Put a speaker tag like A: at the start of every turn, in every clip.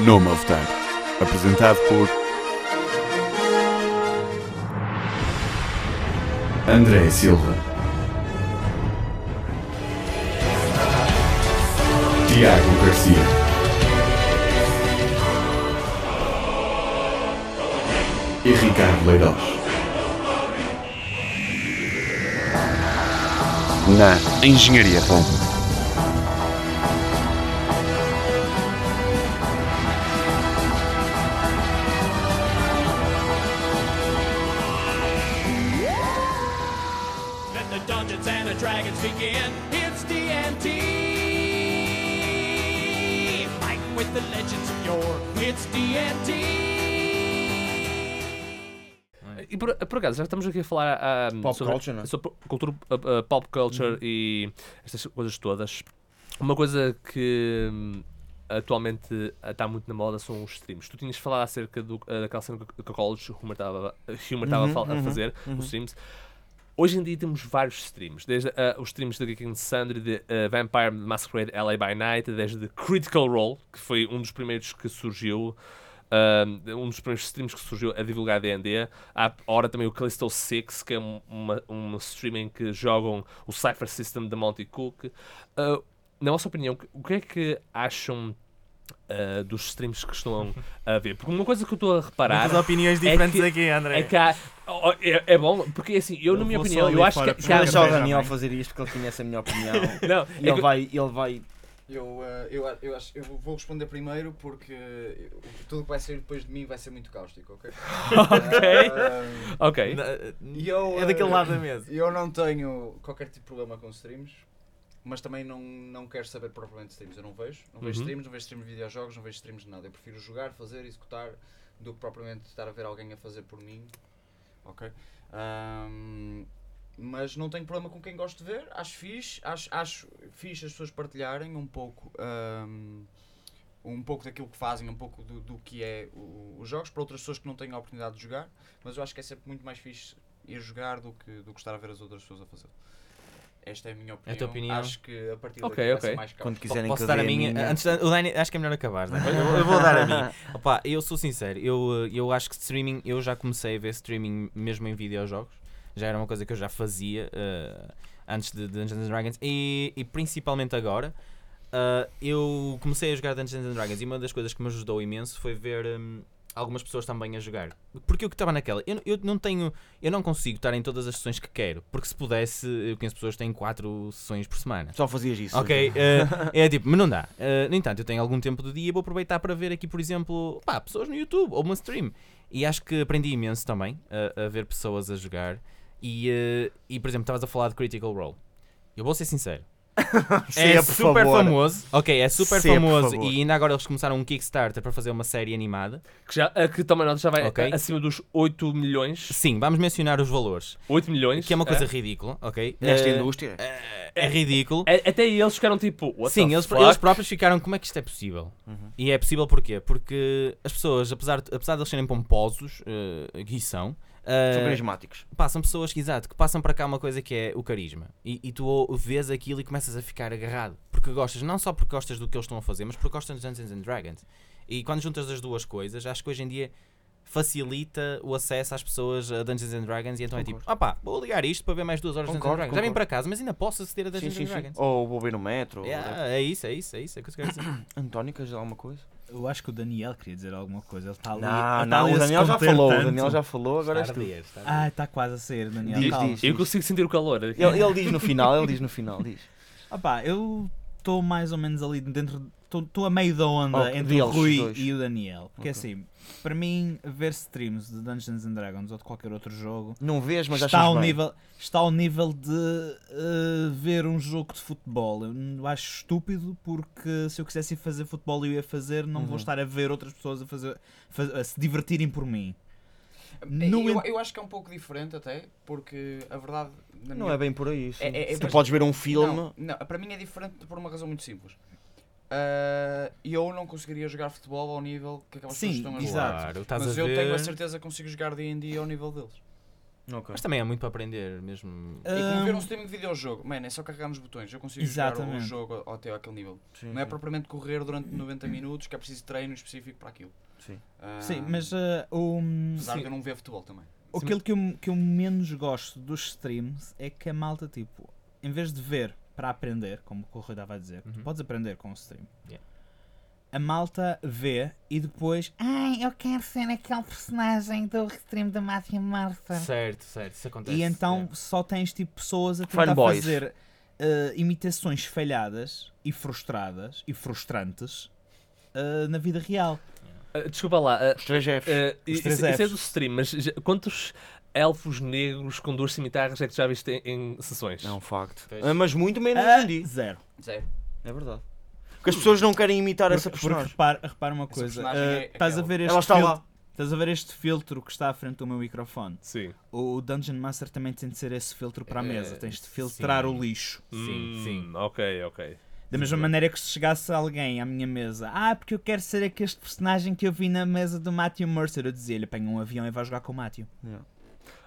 A: Nome a Votar. Apresentado por. André Silva. Tiago Garcia. E Ricardo Leirós. Na Engenharia Roma.
B: Let the Dungeons and the Dragons begin. It's D&D. Fight with the legends of yore. It's D&D.
C: E por, por acaso, já estamos aqui a falar ah,
D: Pop
C: sobre,
D: culture, não é? Uhum.
C: sobre cultura, ah, ah, pop culture e estas coisas todas. Uma coisa que hum, atualmente ah, está muito na moda são os streams. Tu tinhas falado acerca do, ah, daquela cena que que o College Humor estava Humor estava a
D: Uhum,
C: fal- a fazer, os streams. Hoje em dia temos vários streams, desde ah, os streams de Geeking Sundry, de ah, Vampire Masquerade LA by Night, desde Critical Role, que foi um dos primeiros que surgiu, ah, um dos primeiros streams que surgiu a divulgar D&D. Há hora também o Callisto 6, que é um, uma, um stream em que jogam o Cypher System de Monty Cook. Ah, na vossa opinião, o que é que acham ah, dos streams que estão a ver? Porque uma coisa que eu estou a reparar...
E: Muitas opiniões
C: É
E: diferentes
C: que-
E: aqui, André.
C: É, que há- oh, oh, é, é bom, porque assim, eu, na minha
E: vou só
C: opinião,
E: ali
C: eu acho
E: fora,
C: que,
E: porque
C: que
D: Vou
C: há-
E: eu já
D: deixar o
E: bem.
D: Daniel fazer isto porque ele conhece a minha opinião.
C: Não,
D: E
C: é
D: ele
C: que-
D: vai. Ele vai.
F: Eu, eh, eu, a- eu, acho, eu vou responder primeiro porque eu- tudo que vai sair depois de mim vai ser muito cáustico, ok? Eh,
C: Ok.
F: E eu,
E: é daquele
F: eh,
E: lado da mesa.
F: eu não tenho qualquer tipo de problema com streams, mas também não, não quero saber propriamente de streams. Eu não vejo. Não vejo
C: Uhum.
F: streams, não vejo streams de videojogos, não vejo streams de nada. Eu prefiro jogar, fazer, executar do que propriamente estar a ver alguém a fazer por mim, ok? Um, Ahm, mas não tenho problema com quem gosto de ver, acho fixe, acho, acho fixe as pessoas partilharem um pouco ahm, um pouco daquilo que fazem, um pouco do, do que é o- os jogos, para outras pessoas que não têm a oportunidade de jogar, mas eu acho que é sempre muito mais fixe ir jogar do que, do que estar a ver as outras pessoas a fazer. Esta é a minha opinião.
G: tua opinião?
F: Acho que a partir
C: Ok,
F: daqui vai
C: ok.
F: ser mais caos.
D: Quando quiserem
G: Posso
D: que eu
G: dar
D: dê
G: a minha? Antes, o Dani, acho que é melhor acabar. Dani. Eu, eu vou dar a minha. Opa, eu sou sincero, eu, eh, eu acho que streaming, eu já comecei a ver streaming mesmo em videojogos. Já era uma coisa que eu já fazia eh, antes de Dungeons and Dragons e, e principalmente agora. eh, eu comecei a jogar Dungeons and Dragons e uma das coisas que me ajudou imenso foi ver hum, algumas pessoas também a jogar. Porque eu que estava naquela, eu, eu não tenho, eu não consigo estar em todas as sessões que quero, porque se pudesse, eu conheço pessoas que têm 4 sessões por semana.
D: Só fazias isso.
G: Ok, eh, é tipo, mas não dá. Eh, no entanto, eu tenho algum tempo do dia e vou aproveitar para ver aqui, por exemplo, pá, pessoas no YouTube ou uma stream. E acho que aprendi imenso também a- a ver pessoas a jogar. E, eh, e por exemplo, estavas a falar de Critical Role. Eu vou ser sincero.
D: Sei,
G: é
D: por
G: super
D: favor.
G: famoso. Ok, é super
D: Sei, por
G: famoso.
D: favor.
G: E ainda agora eles começaram um Kickstarter para fazer uma série animada.
C: Que, já, a que toma nota já vai
G: Ok.
C: a- acima dos 8 milhões.
G: Sim, vamos mencionar os valores.
C: 8 milhões.
G: Que é uma coisa
C: é?
G: ridícula, ok?
D: Nesta
G: Eh,
D: indústria.
G: é ridículo.
C: A- Até eles ficaram tipo. What
G: Sim,
C: the
G: eles,
C: fuck?
G: eles próprios ficaram como é que isto é possível.
D: Uhum.
G: E é possível porquê? Porque as pessoas, apesar, de- apesar de eles serem pomposos, eh, que são, eh,
D: São carismáticos.
G: pá, são pessoas que, exato, que passam para cá uma coisa que é o carisma. E, e tu ou- vês aquilo e começas a ficar agarrado. Porque gostas, não só porque gostas do que eles estão a fazer, mas porque gostas de Dungeons and Dragons. E quando juntas as duas coisas, acho que hoje em dia facilita o acesso às pessoas a Dungeons and Dragons e então é tipo, ah pá, vou ligar isto para ver mais duas horas de Dungeons and
D: Concordo,
G: Dragons. Já vim
D: concordo.
G: para casa, mas ainda posso aceder a
D: Sim,
G: Dungeons
D: sim,
G: and
D: sim.
G: Dragons.
D: Ou vou ver no metro. ou-
G: Yeah, é isso, é isso, é isso, é que eu quero dizer.
D: António, queres dizer alguma coisa?
H: Eu acho que o Daniel queria dizer alguma coisa. Ele está ali.
D: Não,
H: ele tá
D: não, o
H: ali a se
D: Daniel já
H: conter
D: falou. O
H: tanto.
D: Daniel já falou, agora és tu. Ele,
G: Tardias, tardias.
H: Ah, está quase a sair, Daniel. tá
D: Diz,
H: calma.
D: diz.
C: Eu consigo sentir o calor. aqui.
D: ele diz no final, ele diz no final, diz.
H: Opá, eu estou mais ou menos ali dentro. Estou a meio da onda
D: Ok,
H: entre o
D: deles,
H: Rui
D: dois.
H: e o Daniel.
D: Ok.
H: Porque assim, para mim, ver streams de Dungeons and Dragons ou de qualquer outro jogo
D: Não vês, mas
H: está,
D: achas
H: ao
D: bem.
H: nível, está ao nível de eh, ver um jogo de futebol. Eu n- acho estúpido porque se eu quisesse ir fazer futebol eu ia fazer, não
D: Uhum.
H: vou estar a ver outras pessoas a, fazer, faz- a se divertirem por mim. No
F: eu,
H: ent-
F: eu acho que é um pouco diferente até, porque a verdade na
D: Não
F: minha
D: é bem por aí. sim.
F: É- é- é-
D: tu
F: mas-
D: podes ver um filme.
F: Não, não, para mim é diferente por uma razão muito simples. Ah, eu não conseguiria jogar futebol ao nível que aquelas
H: Sim,
F: pessoas estão a
H: exato.
F: jogar.
G: Claro, estás
F: Mas
G: a
F: eu
G: ver.
F: tenho a certeza que consigo jogar D&D ao nível deles.
D: Ok.
G: Mas também é muito para aprender mesmo.
D: Ah.
F: E como ver um
H: Hum,
F: streaming de videojogo, mano, é só carregarmos botões, eu consigo jogar o- o
H: Exatamente.
F: jogo ao- até aquele nível.
D: Sim,
F: Não é
D: sim.
F: propriamente correr durante 90 minutos, que é preciso treino específico para aquilo.
D: Sim.
F: Ah,
H: Sim, mas ah, o,
F: Apesar
H: sim,
F: de eu não ver futebol também.
H: aquilo que eu, que eu menos gosto dos streams é que a malta, tipo, em vez de ver para aprender, como o Rui estava a dizer, tu
G: Uhum.
H: podes aprender com o stream.
G: Yeah.
H: A malta vê e depois, ai, eu quero ser aquele personagem do stream da Matthew Mercer.
G: Certo, certo, isso acontece.
H: E então
G: é.
H: só tens tipo pessoas a tentar
D: Fanboys.
H: fazer eh, imitações falhadas e frustradas e frustrantes eh, na vida real.
C: Ah, desculpa lá, ah,
D: Os três Fs.
C: ah, isso,
H: três
C: isso é
H: Fs.
C: do stream, mas já- quantos elfos negros com duas cimitarras é que já viste em, em sessões?
D: É um facto.
G: Pois.
D: Ah, mas muito menos
H: Ah,
D: indie.
H: zero.
F: Zero.
D: É verdade. Porque as pessoas não querem imitar essa
H: Porque, porque
D: personagem.
H: repara, repara uma coisa,
F: personagem
H: eh,
F: é
H: estás, a
F: aquela.
H: ver este
D: Ela está
H: filtro,
D: lá.
H: estás a ver este filtro que está à frente do meu microfone.
C: Sim.
H: O o Dungeon Master também tem de ser esse filtro para a
G: Eh,
H: mesa, tens de filtrar
G: sim.
H: o lixo.
G: Sim,
C: Hum,
G: sim.
C: Ok, ok.
H: Da mesma maneira que se chegasse alguém à minha mesa, ah, porque eu quero ser aquele personagem que eu vi na mesa do Matthew Mercer, eu dizia-lhe, apanha um avião e vai jogar com o Matthew.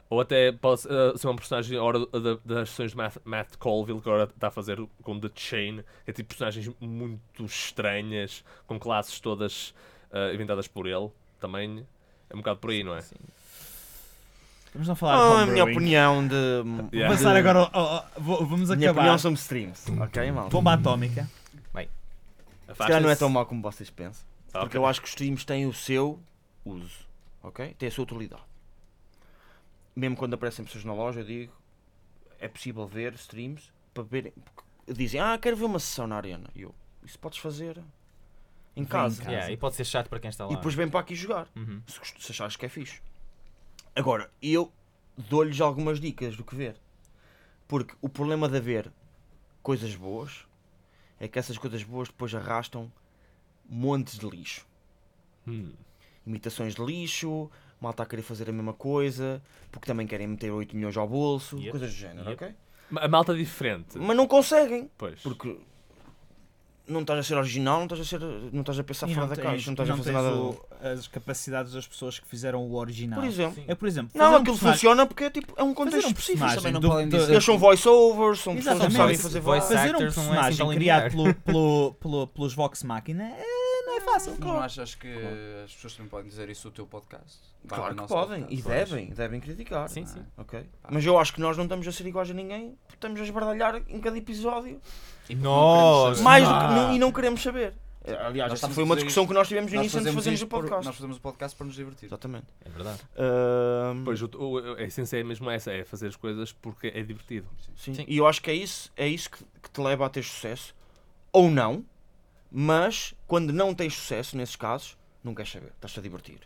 C: Ou até pode ser, ah, ser um personagem à hora da- das sessões de Matt, Matt Colville que agora está a fazer com The Chain, que é tipo personagens muito estranhas, com classes todas ah, inventadas por ele. Também é um bocado por aí, não é?
G: Sim.
H: Vamos não falar
D: Ah,
H: de
D: a minha
H: homebrewing.
D: opinião de.
C: Yeah.
H: Vou passar agora, ao- ao- ao- vou- vamos
D: Minha
H: acabar.
D: opinião são streams. Ok, mal. Se
H: Bomba atómica.
D: calhar não é tão mau como vocês pensam.
C: Ah,
D: Porque
C: ok.
D: eu acho que os streams têm o seu uso. Ok? Tem a sua utilidade. Mesmo quando aparecem pessoas na loja, eu digo. É possível ver streams para verem. porque Dizem, ah, quero ver uma sessão na arena. E eu, isso podes fazer em casa.
G: Yeah, e pode ser chato para quem está lá.
D: E depois vem para aqui jogar.
G: Uhum.
D: se, gost- se achares que é fixe. Agora, eu dou-lhes algumas dicas do que ver. Porque o problema de haver coisas boas é que essas coisas boas depois arrastam montes de lixo.
C: Hum.
D: Imitações de lixo, malta a querer fazer a mesma coisa, porque também querem meter 8 milhões ao bolso,
G: Yep.
D: coisas do género,
G: Yep.
D: ok?
C: Ma- A malta é diferente.
D: Mas não conseguem,
C: Pois.
D: porque não estás a ser original, não estás a, ser, não estás a pensar
H: E
D: Tá fora
H: não
D: da
H: tens-
D: caixa, não estás a fazer
H: tens
D: nada.
H: o- as capacidades das pessoas que fizeram o original.
D: Por exemplo,
G: Sim.
H: é por exemplo,
D: não,
H: fazer um
D: aquilo
H: personagem-
D: funciona porque é, tipo, é um contexto
H: fazer um
D: específico.
H: personagem
F: também não
H: do-
F: podem
H: do-
F: dizer.
D: Eles são voiceovers, são pessoas que
H: Exatamente.
D: sabem fazer
G: Voice-
D: voz.
H: Fazer um
G: actors não é assim tão
H: personagem criado pelo, pelo, pelo- pelos Vox Machina eh, não é fácil,
F: Não
H: claro.
F: achas que as pessoas também podem dizer isso do teu podcast? Vai
D: Claro
F: para o
D: que
F: nosso
D: podem
F: podcast.
D: e devem, devem criticar.
G: Sim,
F: Não é?
G: sim.
H: Ah,
D: ok? Mas eu acho que nós não estamos a ser iguais a ninguém, porque estamos a esbardalhar em cada episódio
F: E não queremos
G: Nós-
F: saber.
D: mais do
F: Ah.
D: que, não- e não queremos saber. Aliás,
F: Nós
D: essa
F: estamos
D: foi
F: a
D: uma
F: fazer
D: discussão
F: isto-
D: que nós tivemos no
F: Nós
D: início antes de fazermos
F: isto
D: o
F: por-
D: podcast.
F: Nós fazemos o podcast para nos divertir.
D: Exatamente.
G: É verdade.
D: Ahm,
C: Pois, o, o- a essência é mesmo essa, é fazer as coisas porque é divertido.
D: Sim.
G: Sim.
D: E eu acho que é isso, é isso que, que te leva a ter sucesso, ou não, mas quando não tens sucesso, nesses casos, não queres saber, estás-te a divertir.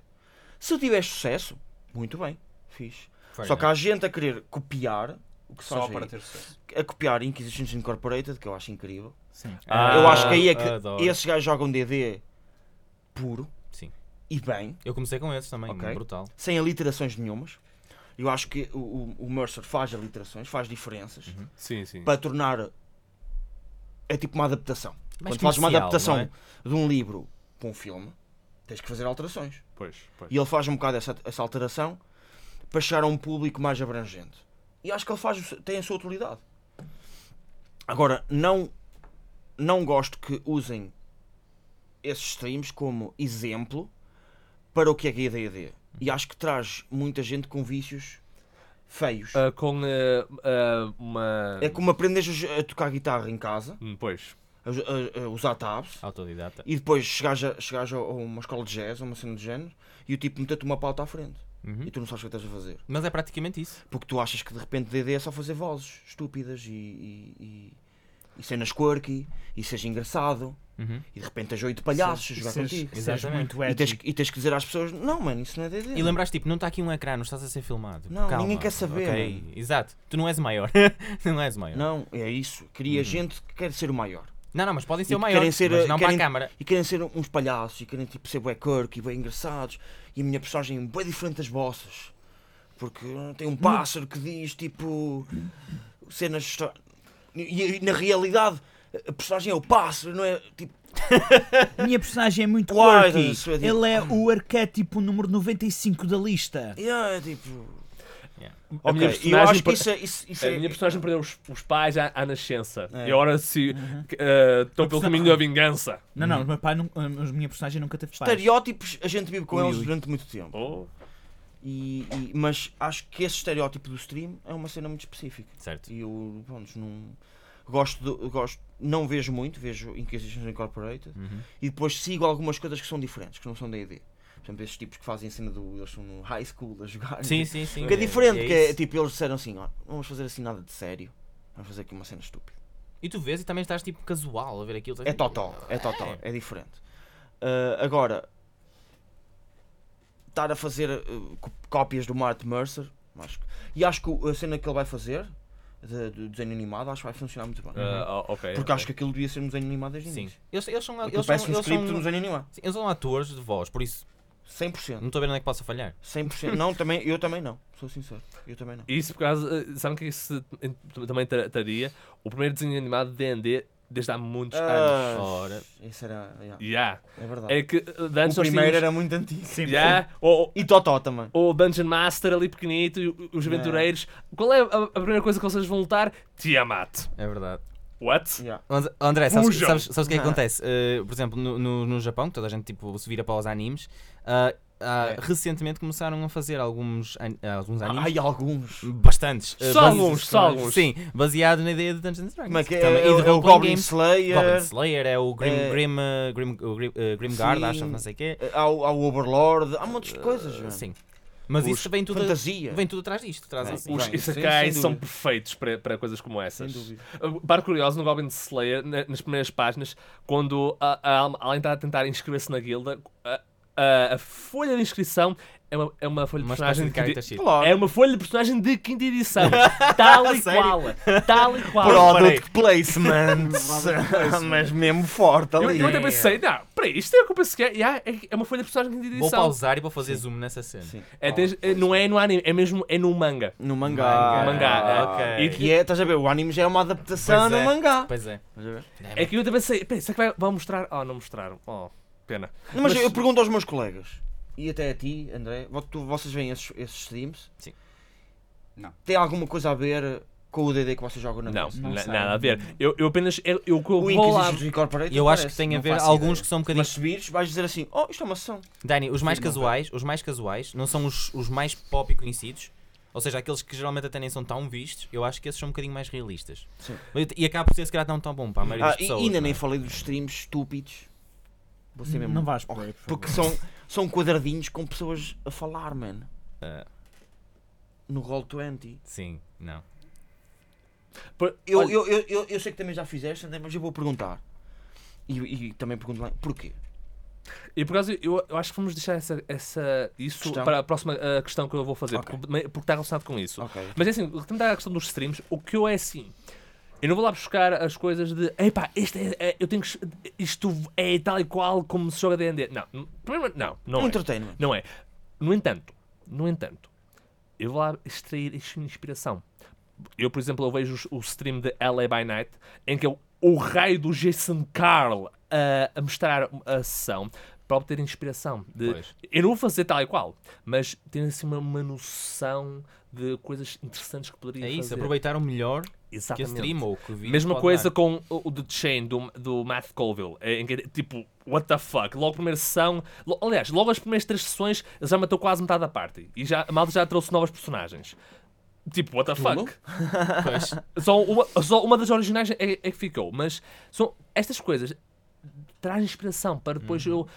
D: Se tiveres sucesso, muito bem, fixe.
G: Fair
D: Só que
G: enough.
D: há gente a querer copiar o que se
F: Só
D: faz
F: para
D: aí.
F: ter sucesso.
D: A copiar Inquisitions Incorporated, que eu acho incrível.
H: Sim.
G: Ah,
D: eu acho que aí é que
G: adoro.
D: esses gajos jogam DD puro
G: Sim.
D: e bem,
G: Eu comecei com esses também,
D: Ok.
G: brutal.
D: sem aliterações nenhumas. Eu acho que o, o, o Mercer faz aliterações, faz diferenças
G: Uhum.
C: Sim, sim.
D: para tornar. É tipo uma adaptação.
G: Mais
D: Quando fazes uma
G: comercial,
D: adaptação
G: não é?
D: de um livro para um filme, tens que fazer alterações.
C: Pois, pois.
D: E ele faz um bocado essa, essa alteração para chegar a um público mais abrangente. E acho que ele faz, o seu- tem a sua utilidade. Agora, não, não gosto que usem esses streams como exemplo para o que é que é D&D. E acho que traz muita gente com vícios feios.
C: Ah, com ah, ah, uma.
D: É como aprendes a tocar guitarra em casa,
C: Hum, Pois.
D: a, a- a usar tabs,
G: Autodidata.
D: e depois chegares a, chegares a a uma escola de jazz, a uma cena de género, e o tipo meter-te uma pauta à frente.
G: Uhum.
D: E tu não sabes o que estás a fazer.
G: Mas é praticamente isso.
D: Porque tu achas que de repente DD é só fazer vozes estúpidas e, e, e, e cenas quirky e seja engraçado
G: Uhum. é-
D: e de repente tens oito palhaços a jogar contigo.
H: Seres
G: Exatamente.
H: muito
D: E tens,
H: edgy.
D: que- e tens que dizer às pessoas: não, mano, isso não é DD.
G: E lembraste, tipo, não está aqui um ecrã, não estás a ser filmado.
D: Não,
G: Calma,
D: ninguém quer saber,
G: ok?
D: mano.
G: Exato. Tu não és o maior. não és o maior. Não,
D: Não, é isso.
G: Uhum.
D: Cria gente que quer ser o maior.
G: não, mas podem ser
D: E
G: o
D: que
G: maior.
D: querem ser, eh,
G: mas não
D: querem-
G: para a câmara.
D: E querem ser uns palhaços e querem tipo, ser bué quirky, bué engraçados. E a minha personagem é bem diferente das vossas. Porque uh, tem um pássaro que diz tipo cenas. estra- E, e na realidade a personagem é o pássaro, não é? Tipo,
H: Minha personagem é muito
D: Uau,
H: quirky.
D: isso é tipo-
H: Ele é o arquétipo número 95 da lista.
D: yeah, é tipo.
C: A minha
D: Ok, eu acho
C: personagem
D: que
C: per-
D: isso é. Isso, isso
C: A
D: é-
C: minha personagem perdeu os, os pais à, à nascença.
D: É.
C: E agora se estão pelo caminho da vingança.
H: Não,
G: Hum.
H: não, o meu pai, nun- a minha personagem nunca teve pais.
D: Estereótipos a gente vive com
H: Ui,
D: eles
H: ui.
D: durante muito tempo.
G: Uhum.
C: Oh.
D: E, e- mas acho que esse estereótipo do stream é uma cena muito específica.
G: Certo.
D: E eu, pronto, não. Gosto, de- gosto, não vejo muito, vejo Inquisitions Incorporated
G: Uhum.
D: e depois sigo algumas coisas que são diferentes, que não são da ID. Por exemplo, esses tipos que fazem a cena do. Eles são no high school a jogar.
G: Sim, sim, sim.
D: Que é diferente, que é
G: isso.
D: tipo, eles disseram assim: ó, não vamos fazer assim nada de sério, vamos fazer aqui uma cena estúpida.
G: E tu vês e também estás tipo casual a ver aquilo. estás
D: É
G: tipo,
D: totó, é totó, é diferente. Ah, agora, estar a fazer ah, co- cópias do Martin Mercer, acho que- e acho que o- a cena que ele vai fazer, de, do desenho animado, acho que vai funcionar muito bem.
C: Ah, oh, ok.
D: Porque acho que aquilo devia ser um desenho animado desde o
G: É, Sim.
D: início.
G: Eles, eles são.
D: Aquilo
G: Eles são,
D: parece um
G: eles,
D: script de um
G: são
D: desenho animado.
G: sim, eles são atores de voz, por isso não
D: 100%.
G: estou a ver onde é que possa falhar.
D: 100%. não, também, eu também não, sou sincero. Eu também não.
C: Isso por causa. eh, Sabem o que isso eh, também tra- traria? O primeiro desenho animado de DD desde há muitos anos.
D: Ah,
G: Ora.
D: Isso era. yeah,
C: Yeah.
D: é verdade.
C: É que eh,
D: o
C: antes nós
D: primeiro
C: tínhamos-
D: era muito antigo.
C: Yeah. Ou,
D: E Totó também.
C: ou o Dungeon Master ali pequenito, e o- os aventureiros. Qual é a, a primeira coisa que vocês vão lutar? Tiamat.
G: É verdade.
C: What?
D: Yeah.
G: And- André, sabes,
C: Fujam.
G: sabes- sabes o que é que
D: Ah.
G: acontece? Eh, por exemplo, no, no, no Japão, que toda a gente tipo, se vira para os animes, ah, ah,
D: É.
G: recentemente começaram a fazer alguns, an- ah, alguns animes.
D: Ai, alguns.
G: Bastantes. eh,
C: Só
G: base-
C: alguns, só alguns.
G: Sim, baseado na ideia de Dungeons and Dragons.
D: Como é que é? É o-
G: Também, e de
D: é o
G: role-playing
D: Goblin
G: games.
D: Slayer. Eh,
G: Goblin Slayer, é o Grim,
D: É.
G: Grim, eh, Grim, o Grim, eh, Grimguard,
D: Sim.
G: acho, não sei o quê.
D: Há, o- há o Overlord, há um monte de coisas.
G: Eh,
D: velho.
G: Sim. Mas
D: Os
G: isso vem tudo,
D: Fantasia.
G: vem tudo atrás disto. Traz
D: Bem,
G: assim.
C: Os
D: Sim,
C: Isekai
D: sem
C: são
D: dúvida.
C: perfeitos para, para coisas como essas.
D: dúvida.
C: Uh, Para curioso, no Goblin Slayer, na- nas primeiras páginas, quando a, a alma além está a tentar inscrever-se na guilda, a, a- a folha de inscrição é uma, é uma folha de
G: Uma espécie
C: personagem
G: de
C: de quinta-
G: character sheet.
D: Claro.
C: É uma folha de personagem de quinta edição. tal e
G: Sério?
C: qual. Tal e qual.
D: Product placement. Mas mesmo forte
C: Eu,
D: ali.
C: eu até pensei, não, peraí, isto é o que eu pensei que é. Yeah, é que é uma folha de personagem de quinta
G: Vou
C: edição.
G: pausar e vou fazer zoom nessa cena.
D: Sim.
C: É, tens- é, não é no anime, é mesmo é no manga.
D: No mangá.
C: No mangá,
G: ok.
C: E-
D: Que é, estás a ver, o anime já é uma adaptação
G: Pois
D: no
G: é.
D: mangá.
G: Pois é.
D: Estás a ver?
C: É que eu até pensei, peraí, será que vai, vão mostrar? Oh, não mostraram. Oh, pena.
D: Não, Mas, eu pergunto aos meus colegas, e até a ti, André, vo- tu- vocês veem esses, esses streams?
G: Sim.
F: Não.
D: Tem alguma coisa a ver com o DD que vocês jogam na
C: Não,
D: mesa?
C: na-
H: sei.
C: nada a ver. Eu, eu apenas. Eu, eu, eu
D: O
C: vou lá.
D: Inquisitions Incorporated
G: Eu acho que
D: parece.
G: tem a
F: não
G: ver
F: faço
G: alguns
F: ideia.
G: que são um bocadinho.
D: Mas se vires, vais dizer assim, oh, isto é uma sessão.
G: Dani, os mais
D: Sim, não
G: casuais, os mais casuais não são os, os mais pop e conhecidos, ou seja, aqueles que geralmente até nem são tão vistos, eu acho que esses são um bocadinho mais realistas.
D: Sim.
G: Mas- E acaba por ser se calhar não tão bom para a maioria
D: Ah,
G: das
D: e
G: pessoas.
D: ainda
G: não
D: nem
G: é?
D: falei dos streams estúpidos. Você mesmo.
H: Não vais
D: Oh,
H: por aí, por favor.
D: Porque são, são quadradinhos com pessoas a falar, mano.
G: Ah.
D: No Roll20.
G: Sim, não.
D: Eu,
C: Olha-
D: eu, eu, eu, eu sei que também já fizeste, André, mas eu vou perguntar. E, e também pergunto lá, porquê?
C: E por causa, eu, eu acho que vamos deixar essa, essa, isso
D: Questão.
C: para a próxima ah, questão que eu vou fazer,
D: Ok.
C: porque, porque está relacionado com isso.
D: Ok.
C: Mas é assim, retornando à questão dos streams, o que eu é assim. Eu não vou lá buscar as coisas de epá, isto é, é- eu tenho que, isto é tal e qual como se joga D&D. Não, n- primeiro, não, não
D: Um
C: é.
D: entertainment.
C: Não é. No entanto, no entanto, eu vou lá extrair esta inspiração. Eu, por exemplo, eu vejo os- o stream de LA by Night, em que é o, o raio do Jason Carl a, a mostrar a sessão para obter inspiração. De,
G: Pois.
C: eu não vou fazer tal e qual, mas ter assim uma, uma noção de coisas interessantes que poderia
G: É isso,
C: fazer.
G: aproveitar o melhor que a
C: Exatamente.
G: stream ou que o vídeo.
C: Mesma
G: pode
C: coisa
G: dar.
C: com o o The Chain do, do Matt Colville, em que é tipo, what the fuck, logo a primeira sessão, lo- aliás, logo as primeiras três sessões ele já matou quase metade da party e já, a malta já trouxe novas personagens. Tipo, what the fuck?
G: Pois.
C: Só uma, só uma das originais é, é que ficou, mas são estas coisas traz inspiração para depois eu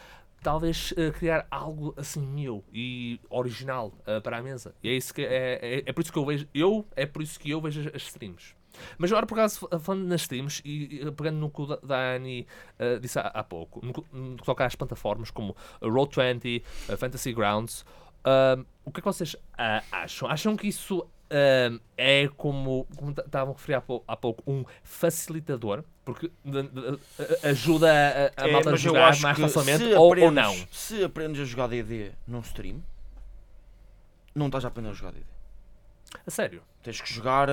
C: talvez eh, criar algo assim meu e original eh, para a mesa. E é isso que é, é, é por isso que eu vejo, eu é por isso que eu vejo as, as streams. Mas agora por acaso fa- falando nas streams e e pegando no que o Da- Dani eh, disse há, há pouco, no, que- no que toca às plataformas como a Roll20, a Fantasy Grounds, ahm, o que é que vocês ah, acham? Acham que isso ahm, é como como ta- estavam a referir há pou- há pouco, um facilitador? Porque de- de- a- a- ajuda a- a, a
D: É,
C: malta a
D: mas eu
C: jogar
D: acho
C: mais
D: que
C: facilmente
D: se
C: ou, ou
D: aprendes-
C: não?
D: Se aprendes a jogar DD num stream, não estás a aprender a jogar DD.
C: A sério.
D: Tens que jogar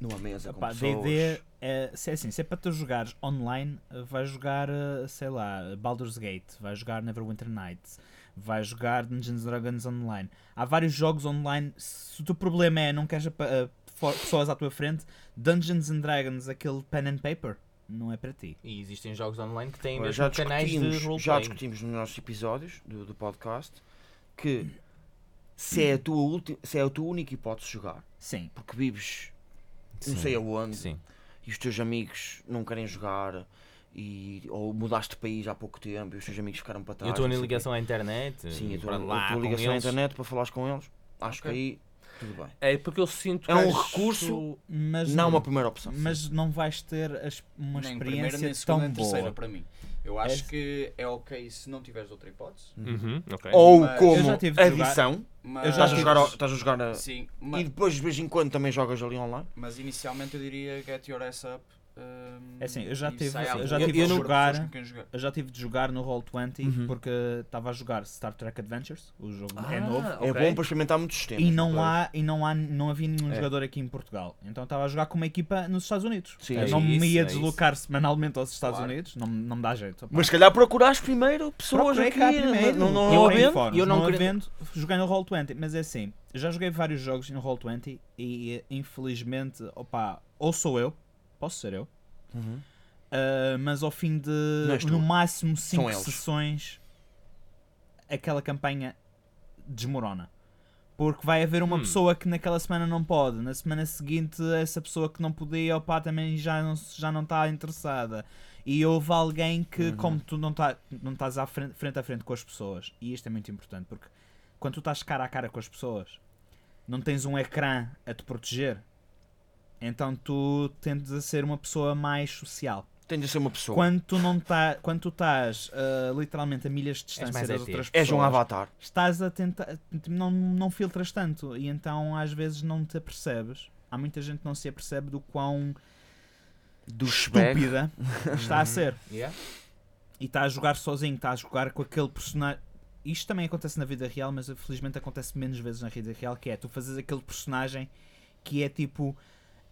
D: numa mesa com
H: Pá,
D: pessoas.
H: D&D, é, se é assim, se é para tu jogares online, eh, vais jogar, eh, sei lá, Baldur's Gate, vais jogar Neverwinter Nights, vai jogar Dungeons and Dragons online. Há vários jogos online. Se o teu problema é não queres apa- ah, fo- pessoas à tua frente, Dungeons and Dragons, aquele pen and paper, não é para ti.
G: E existem jogos online que têm
D: Ora,
G: mesmo
D: já
G: canais de
D: discutimos, já
G: roleplay.
D: discutimos nos nossos episódios do, do podcast que
G: Hum.
D: se é, a tua ulti, se é a tua única hipótese de jogar,
H: Sim.
D: porque vives não
G: Sim.
D: sei aonde
G: Sim.
D: e os teus amigos não querem jogar e, ou mudaste de país há pouco tempo e os teus amigos ficaram para
G: E
D: trás.
G: a tua
D: não sei o quê.
G: ligação à internet,
D: Sim, a tua,
G: para lá,
D: a tua
G: com
D: ligação à
G: eles.
D: internet para falares com eles, acho
F: Ok.
D: que aí tudo bem.
C: É porque eu sinto
D: É um
C: que acho-
D: recurso.
H: Mas eh,
D: Não uma primeira opção.
H: mas não vais ter as- uma
F: nem
H: experiência
F: primeira, nem segunda,
H: tão
F: nem terceira
H: boa.
F: para mim. Eu acho que é ok se não tiveres outra hipótese,
C: Uhum, ok.
D: Ou
F: Mas-
D: como
H: Eu já tive de jogar.
D: adição,
F: mas
H: Eu já
D: estás a
H: tive-
D: jogar, ao- estás a jogar a- e
F: Sim, mas,
D: depois de vez em quando também jogas ali online.
F: mas inicialmente eu diria get your ass up. hum,
H: É assim, eu já
F: e
H: tive-
F: sai à
H: eu
F: rua
H: já
F: com
H: tive
F: o
H: de
F: grupo de pessoas
H: jogar-
F: com quem jogar.
H: Eu já tive de jogar no Roll20
D: Uhum.
H: porque estava a jogar Star Trek Adventures, o jogo é
C: Ah,
H: novo.
D: É
C: ok.
D: bom para experimentar muitos sistemas.
H: E não
D: depois.
H: há, e não há, não havia nenhum
D: É.
H: jogador aqui em Portugal. Então estava a jogar com uma equipa nos Estados Unidos.
D: Sim,
H: Eu
D: é
H: não
G: isso,
H: me ia
G: é
H: deslocar semanalmente aos Estados
F: Claro.
H: Unidos, não, não me dá jeito.
D: Mas se calhar procuraste primeiro pessoas
H: Procurei
D: aqui,
H: cá primeiro.
D: não, não,
H: eu
D: não
H: em
D: havendo.
H: fóruns,
G: eu não
H: não
G: queria-
H: havendo, joguei no Roll20, mas é assim, já joguei vários jogos no Roll20 e infelizmente, opa, ou sou eu, posso ser eu, ah, mas ao fim de
D: Uhum. Não és tu.
H: no máximo
D: São
H: 5
D: eles.
H: sessões, aquela campanha desmorona. Porque vai haver uma
C: Hum.
H: pessoa que naquela semana não pode, na semana seguinte essa pessoa que não podia, opá, também já não está já não tá interessada. E houve alguém
D: Uhum.
H: que, como tu não, tá, não estás à frente, frente a frente com as pessoas, e isto é muito importante, porque quando tu estás cara a cara com as pessoas, não tens um ecrã a te proteger, então tu tendes a ser uma pessoa mais social.
D: Tens de ser uma pessoa.
H: Quando tu não tá, quando tu estás ah, literalmente a milhas de distância
G: mais
H: das
G: ET.
H: outras pessoas,
D: És um avatar.
H: estás a tentar, não, não filtras tanto e então às vezes não te apercebes. Há muita gente que não se apercebe do quão
D: Do Shbeck.
H: estúpida está a ser
G: Yeah?
H: e está a jogar sozinho, está a jogar com aquele personagem. Isto também acontece na vida real, mas felizmente acontece menos vezes na vida real, que é tu fazes aquele personagem que é tipo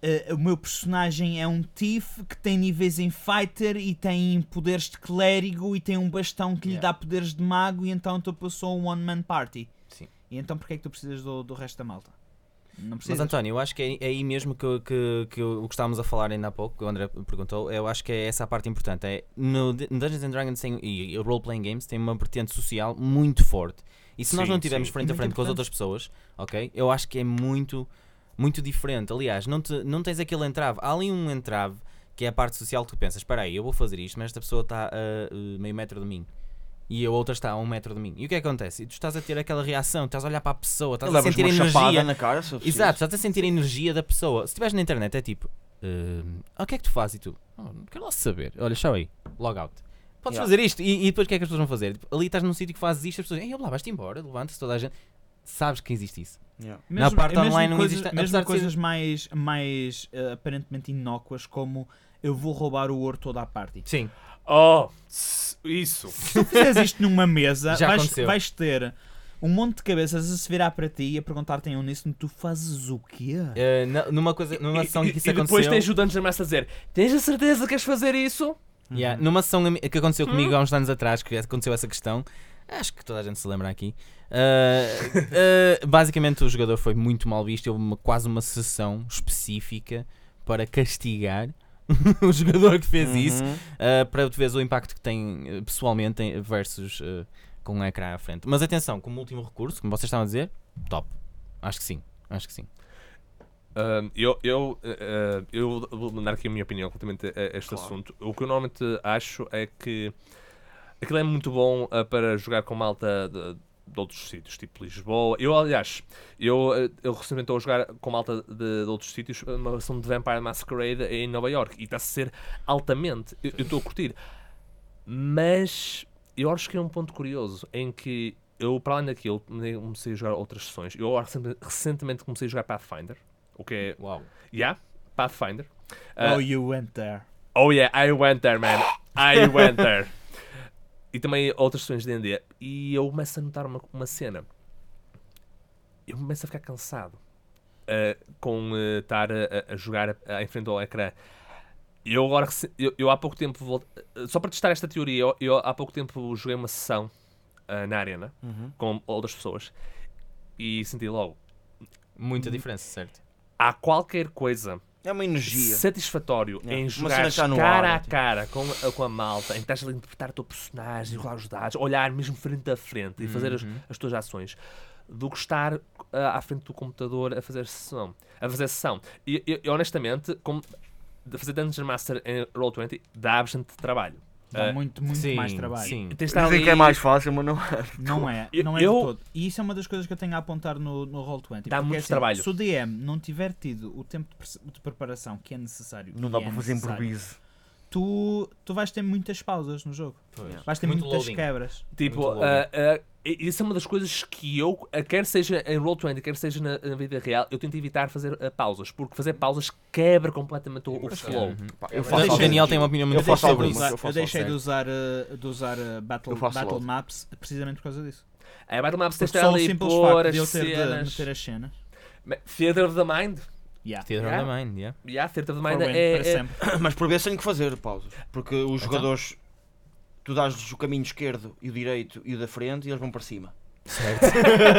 H: eh, o meu personagem é um thief que tem níveis em fighter e tem poderes de clérigo e tem um bastão que lhe
G: Yeah.
H: dá poderes de mago e então tu passou um one man party.
G: Sim.
H: E então porquê é que tu precisas do, do resto da malta? Não precisas.
G: Mas António, eu acho que é é aí mesmo que, que, que o que estávamos a falar ainda há pouco, que o André perguntou, eu acho que é essa a parte importante. É, no D- no Dungeons and Dragons tem, e e role-playing games tem uma vertente social muito forte. E se nós
C: Sim,
G: não estivermos
C: sim.
G: frente a
H: Muito
G: frente com as
H: importante.
G: outras pessoas, ok? Eu acho que é muito, muito diferente. Aliás, não, te- não tens aquele entrave. Há ali um entrave que é a parte social que tu pensas, espera aí, eu vou fazer isto, mas esta pessoa está a uh, meio metro de mim. E a outra está a um metro de mim. E o que é que acontece? E tu estás a ter aquela reação, estás a olhar para a pessoa, estás a
D: Levas
G: sentir a
D: uma chapada
G: energia.
D: na cara, se eu preciso.
G: Exato, estás a sentir a energia da pessoa. Se estiveres na internet é tipo, "Hum, ah, o que é que tu fazes? E tu, "Ah, não quero lá saber. Olha, show aí, log out. Podes
D: Yeah.
G: fazer isto e, e depois o que é que as pessoas vão fazer? Tipo, ali estás num sítio que fazes isto, as pessoas, ei, olá, vais-te embora, levanta-se toda a gente. Sabes que existe isso.
D: Yeah.
G: Na parte online não
H: coisas,
G: existe- apesar
H: mesmo
G: de
H: coisas mais, mais eh, aparentemente inócuas como eu vou roubar o ouro todo à parte.
G: Sim.
C: Oh, s- isso.
H: Se tu fizeres isto numa mesa,
G: Já
H: vais,
G: aconteceu.
H: vais ter um monte de cabeças a se virar para ti e a perguntar-te em uníssono, tu fazes o quê?
G: Eh, na- numa coisa, numa sessão em
C: e,
G: que isso
C: e depois
G: aconteceu.
C: tens o Dungeon Master a dizer: Tens a certeza que queres fazer isso?
G: Yeah, Uhum. Numa sessão ami- que aconteceu comigo há uns anos atrás, que aconteceu essa questão, acho que toda a gente se lembra aqui. Uh, uh, basicamente, o jogador foi muito mal visto. Houve uma- quase uma sessão específica para castigar o jogador que fez isso, uh, para tu veres o impacto que tem uh, pessoalmente em- versus uh, com um ecrã à frente. Mas atenção, como último recurso, como vocês estavam a dizer, top. Acho que sim. Acho que sim.
C: Ahm, eu, eu, eh, eh, eu vou mandar aqui a minha opinião relativamente a este assunto. O que eu normalmente acho é que aquilo é muito bom ah, para jogar com malta de, de outros sítios, tipo Lisboa. Eu, aliás, eu, eh, eu recentemente estou a jogar com malta de, de outros sítios, uma versão de Vampire Masquerade em Nova York e está a ser altamente. Eu eu estou a curtir. Mas eu acho que é um ponto curioso em que eu, para além daquilo, comecei a jogar outras sessões. Eu recente- recentemente comecei a jogar Pathfinder. O que é
G: Uau.
C: Yeah, Pathfinder.
H: oh,
G: Eh,
C: Uh,
H: you went there.
C: oh yeah, I went there, man. I went there. E também outras sessões de D&D. E eu começo a notar uma, uma cena. Eu começo a ficar cansado uh, com uh, estar a, a- a jogar uh, em frente ao ecrã. Eu agora, eh, rece- eu, eu há pouco tempo, volt- uh, só para testar esta teoria, eu, eu há pouco tempo joguei uma sessão ah, na arena com outras pessoas e senti logo
G: Muita diferença, certo?
C: há qualquer coisa
D: É uma energia.
C: satisfatório
D: Yeah.
C: em
D: É, Uma
C: jogar
D: cena que está no
C: cara
D: ar,
C: a
D: tipo.
C: cara com a, com a malta, em que estás ali a interpretar o teu personagem, rolar os dados, olhar mesmo frente a frente e fazer as,
D: Uhum.
C: as tuas ações, do que estar ah, à frente do computador a fazer sessão. A fazer sessão. E, e- e, honestamente, como de fazer Dungeon Master em Roll20 dá bastante trabalho.
H: Dá
C: Ah,
H: muito, muito
G: eh, sim,
H: mais trabalho.
G: Sim.
C: Tens de estar
D: Dizem
C: ali-
D: que é mais fácil, mas não
H: Não é,
C: Eu-
H: não é de
C: eu-
H: todo. E isso é uma das coisas que eu tenho a apontar no, no Roll20.
C: Dá
H: porque
C: muito
H: é assim,
C: trabalho.
H: Se o DM não tiver tido o tempo de, perce- de preparação que é necessário,
D: Não
H: e
D: dá
H: é
D: para fazer
H: necessário,
D: improviso.
H: tu, tu vais ter muitas pausas no jogo.
G: Pois.
H: Vais ter
G: Muito
H: muitas
G: loading.
H: quebras.
C: Tipo,
G: Muito louco.
C: ah, ah, e- isso é uma das coisas que eu, ah, quer seja em Roll20, quer seja na, na vida real, eu tento evitar fazer ah, pausas, porque fazer pausas quebra completamente o, o flow.
D: Pá, eu
G: Então, O
D: faço
H: deixei-
G: Daniel
D: algumas.
G: tem uma opinião muito
D: Eu faço
G: diferente sobre
H: Eu,
D: algumas.
G: isso.
H: usar-
D: eu
H: eu
D: faço
H: deixei de
D: logo.
H: usar, uh, de usar uh, battle,
D: Eu faço
H: battle
D: logo.
H: maps eh, precisamente por causa disso.
C: Aí É, vai tomar
H: Porque
C: vocês
H: só o
C: ali
H: simples
C: pôr
H: facto de eu
C: as
H: ter de
C: cenas.
H: meter as cenas.
C: Ma- Theater of the Mind.
H: Yeah.
G: Theater of the Mind, yeah.
C: Yeah, Theater of the
H: For
C: Mind
H: when,
C: é,
H: para
C: é-
H: sempre.
D: Mas por vezes tenho que fazer pausas. Porque
G: Então?
D: os jogadores. Tu dás-lhes o caminho esquerdo e o direito e o da frente e eles vão para cima. Certo.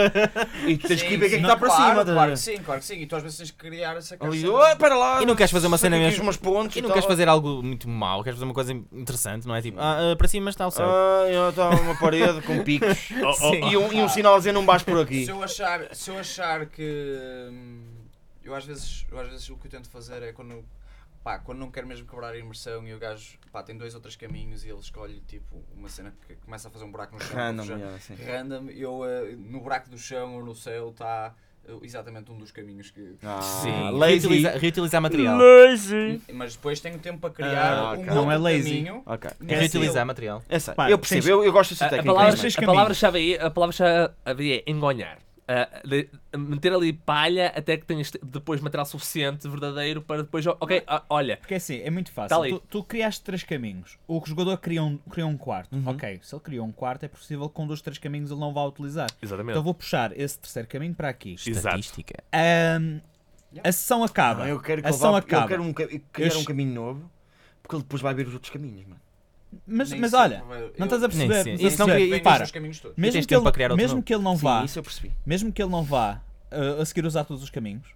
D: e tu tens que ir ver o que é que
F: Sim,
D: está para
F: claro,
D: cima.
F: Claro que
D: estás a ver?
F: sim, claro que sim. E tu às vezes tens que criar essa
D: Ali,
F: cena.
D: "Oh, para lá.
G: E não queres fazer uma
D: sei
G: cena
D: que aqui
G: mesmo-
D: Umas pontes
G: E não
D: tal."
G: queres fazer algo muito mau, queres fazer uma coisa interessante, não é? Tipo, ah, ah, para cima está o céu.
D: Ah, eu estava uma parede com picos.
G: Sim.
D: E um, e um sinal a dizer não vais por aqui.
F: Se eu achar, se eu achar que hum, eu às vezes, eu às vezes o que eu tento fazer é quando pá, quando não quero mesmo quebrar a imersão e o gajo pá, tem dois ou três caminhos e ele escolhe tipo uma cena que começa a fazer um buraco no chão.
D: Random,
F: já-
D: yeah, sim.
F: random, eu eh, no buraco do chão ou no céu está exatamente um dos caminhos que
D: Ah,
G: Sim,
D: lazy.
G: Reutiliza- reutilizar material.
F: mas depois tenho tempo para criar
D: Ah,
F: um
D: ok.
F: outro
H: Não é lazy.
F: caminho.
D: Ok.
G: É reutilizar material.
D: Eu sei.
H: Pá,
D: eu percebo,
H: tens-
D: eu, eu gosto dessa
C: a- a,
D: técnica.
C: palavra,
H: tens
C: a
H: caminhos.
C: palavra-chave aí, a palavra-chave é engonhar. Ah, de- meter ali palha até que tenhas te- depois material suficiente, verdadeiro, para depois. Ok, ah, olha,
H: Porque assim, é muito
C: Tá
H: fácil.
C: ali.
H: tu, tu criaste três caminhos. O jogador criou um, criou um quarto. Ok, se ele criou um quarto, é possível que com dos três caminhos ele não vá utilizar.
C: Exatamente.
H: Então vou puxar esse terceiro caminho para aqui.
C: Exato.
G: Estatística.
H: Ahm, a sessão acaba.
D: Não, eu quero que
H: a
D: ele
H: sessão
D: vá-
H: acaba.
D: Eu quero um, ca- criar
H: Eu-
D: um caminho novo, porque ele depois vai ver os outros caminhos, mano.
H: Mas,
F: Nem
H: mas
F: sempre
H: olha,
F: vai- eu-
H: não estás a
G: Nem
H: perceber.
G: sei.
H: não estás
G: Isso não
H: a perceber.
G: queria-
F: Vem
H: E para,
F: os caminhos todos.
H: mesmo
G: tens
H: que
G: tempo
H: ele,
G: para criar outro
H: mesmo
G: novo.
H: que ele não
D: Sim,
H: vá,
D: isso eu percebi.
H: mesmo que ele não vá ah, a seguir usar todos os caminhos,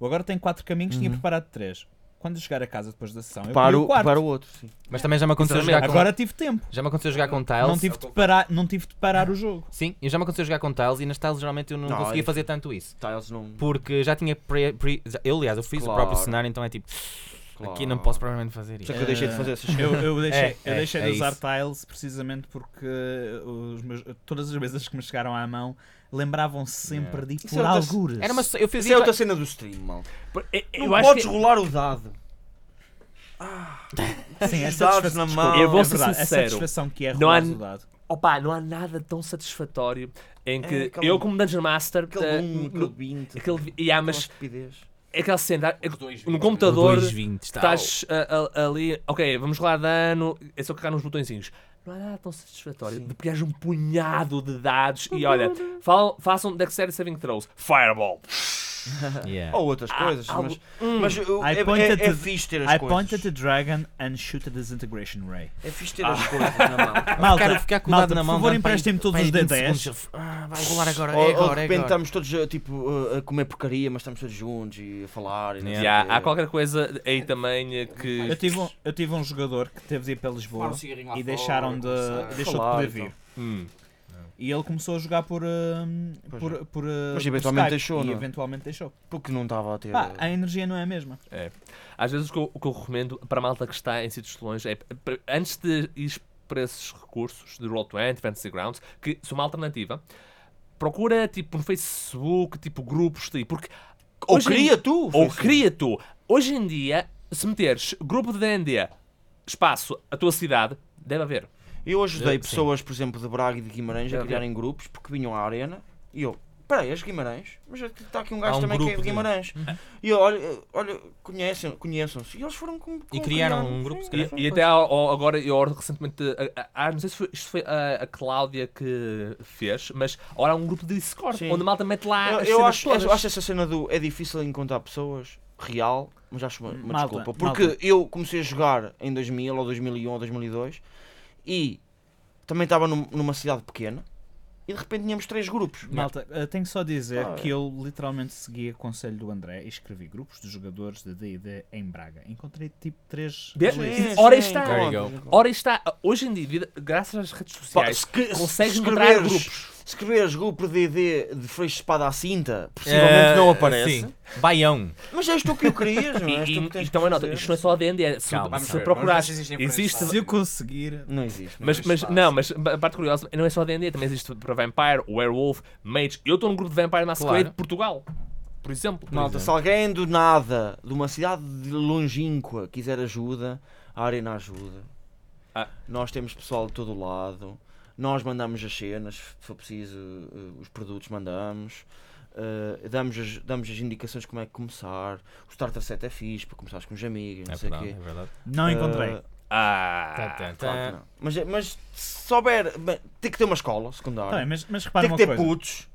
H: eu agora tenho quatro caminhos, tinha preparado três. Quando eu chegar a casa depois da sessão, eu
D: Para
G: um
H: crio
D: o,
H: o quarto.
D: para o outro, sim.
G: Mas também já me aconteceu jogar com.
H: Agora tive tempo.
G: Já me aconteceu jogar com tiles.
H: Não tive, de parar, não tive de parar o jogo.
G: Sim, eu já me aconteceu jogar com tiles e nas tiles geralmente eu não,
D: Não,
G: conseguia
D: é
G: fazer tanto isso.
D: Tiles não.
G: Porque já tinha. Pre, pre- já- eu, aliás, eu fiz o
D: Claro.
G: próprio cenário, então é tipo.
D: Claro.
G: Aqui não posso provavelmente fazer
D: Por isso
G: isso.
D: é que eu deixei de fazer essas
H: Eu,
D: coisas.
H: eu deixei,
G: É,
H: eu
G: é,
H: deixei
G: é
H: de usar
G: isso.
H: tiles precisamente porque uh, os meus- todas as vezes que me chegaram à mão lembravam-se sempre de ir
D: Isso
H: por
D: é outra-
H: algures.
G: Era uma, eu fiz
D: Isso é outra
G: isso.
D: cena do stream, mal.
C: Eu- é, eu
D: Não
C: acho
D: podes
C: que-
D: rolar o dado.
H: Sim,
D: Os
H: essa
D: dados
H: é
D: na
H: satisfação,
D: mão.
C: Eu vou
H: é
C: ser
H: verdade, a
C: sincero.
H: satisfação que é
C: Não
H: rolar
C: há-
H: o dado.
C: Opa, não há nada tão satisfatório em que
D: É, aquele-
C: eu, como Dungeon Master, eh,
D: Aquele boom,
C: no-
D: aquele bint.
C: aquele vi- e há,
D: aquela
C: mas
D: estupidez.
C: é aquela cena, é-
F: Os dois
C: no
F: vinte.
C: computador,
G: 220,
C: estás a- a- ali, ok, vamos lá dano, é só carregar nos botõezinhos. Não há nada tão satisfatório de pegares um punhado de dados e olha, fal, façam Dexterity Saving Throws, Fireball.
G: Yeah.
D: Ou outras coisas, mas, mas eu-
H: I
D: é,
H: pointed
D: é, é
H: to-
D: fixe ter as
H: I
D: coisas.
H: pointed the dragon and shoot a disintegration ray.
D: É fixe ter as coisas na mão.
H: Malta,
G: Cara, ficar com o
H: malta
G: dado na mão.
H: por favor
G: dá-me para aí-
H: emprestem-me todos
G: para aí
H: os
G: 20
H: D10.
G: segundos. Ah, vai rolar agora,
D: Ou,
G: é
D: ou de
G: agora, é
D: repente
G: agora.
D: estamos todos eh, tipo, eh, a comer porcaria, mas estamos todos juntos e a falar. E não sei
C: E há,
D: o quê.
C: há qualquer coisa aí também eh, que...
H: Eu tive, um, eu tive um jogador que teve de ir para
F: Fumar
H: Lisboa
F: um cigarrinho lá
H: e
F: fora,
H: deixaram de,
F: conversar.
H: deixou
D: Falar
H: de poder
D: e tal.
H: vir.
C: Hum.
H: E ele começou a jogar por. hum,
D: Pois
H: por, por, uh,
D: Mas
H: por
D: eventualmente
H: Skype,
D: deixou,
H: E
D: não é?
H: eventualmente deixou.
D: Porque não estava a ter.
H: Pá, a energia não é a mesma.
C: Às vezes o que, eu, o que eu recomendo para a malta que está em sítios longe é, para- antes de ir para esses recursos de Roll20, Fantasy Grounds, que são uma alternativa, procura tipo no Facebook, tipo grupos, tipo, porque...
D: Ou
C: hoje em-
D: queria tu!
C: Ou
D: Francisco.
C: cria tu. Hoje em dia, se meteres grupo de D&D, espaço, a tua cidade, deve haver.
D: Eu ajudei
G: Sim.
D: pessoas, por exemplo, de Braga e de Guimarães a
C: Ok.
D: criarem grupos porque vinham à arena e eu. Peraí, és de Guimarães? Mas está aqui um gajo
G: Há um
D: também que é de
G: grupo de-
D: Guimarães. E eu, olha, eh, olha conhecem- conheçam-se. E eles foram com. com
G: E criaram
D: criar-
G: um grupo,
D: sim,
G: se calhar.
D: sim,
C: E, e
D: pois.
C: até ao- ao- agora, eu ora recentemente, a- a- a- não sei se foi, isto foi a, a Cláudia que fez, mas agora há um grupo de Discord,
D: Sim.
C: onde a malta mete lá
H: Ah,
D: Eu,
C: as
D: eu
C: cenas
D: acho,
C: todas.
D: eu acho essa cena do é difícil encontrar pessoas, real, mas acho uma, uma
H: Malta,
D: desculpa. Porque
H: malta.
D: eu comecei a jogar em um, 2000 ou 2001 ou 2002 e também estava num- numa cidade pequena e de repente tínhamos três grupos.
H: Malta, eh, tenho só a dizer
D: Ah,
H: que eu literalmente segui o conselho do André e escrevi grupos de jogadores de D&D em Braga. Encontrei tipo três
C: Vê?
D: Sim,
C: Ora
D: sim,
C: está.
G: There you
C: Ora está, hoje em dia, vida- graças às redes
D: Pá,
C: sociais,
D: se que- se
C: consegues
D: escreveres-
C: encontrar grupos.
D: Se escreveres grupo DD de freixo de espada à cinta, possivelmente não aparece.
G: Sim. Baião.
D: Mas és tu que o querias, não
C: Eh, E,
D: é? És tu que
C: e,
D: tens
C: então
D: que
C: é nota,
D: fazer.
C: isto não é só a D&D, é- se,
G: Calma, vamos
C: se
G: ver,
C: procurares,
F: vamos ver se existem
C: existe...
H: Se eu conseguir...
D: Não existe. não
C: Mas,
D: existe.
C: mas não, mas a parte curiosa, não é só a D&D, também existe para Vampire, Werewolf, Mage. Eu estou num grupo de Vampire Masquerade
G: Claro.
C: de Portugal, por exemplo. é.
D: Malta, se alguém do nada, de uma cidade de longínqua, quiser ajuda, a Arena ajuda.
C: Ah.
D: Nós temos pessoal de todo o lado. Nós mandamos as cenas, se for preciso, eh, os produtos mandamos. Eh, damos, as, damos as indicações de como é que começar. O starter set é fixe para começares com os amigos, não
G: É
D: sei o
G: verdade,
D: quê.
G: é verdade.
H: Não encontrei.
D: Eh,
C: Ah,
G: Tá, tá,
D: claro que
G: tá.
D: não. Mas, mas se souber, bem, tem que ter uma escola secundária.
H: Tá bem, mas, mas repara
D: Tem que
H: uma
D: ter
H: coisa.
D: putos.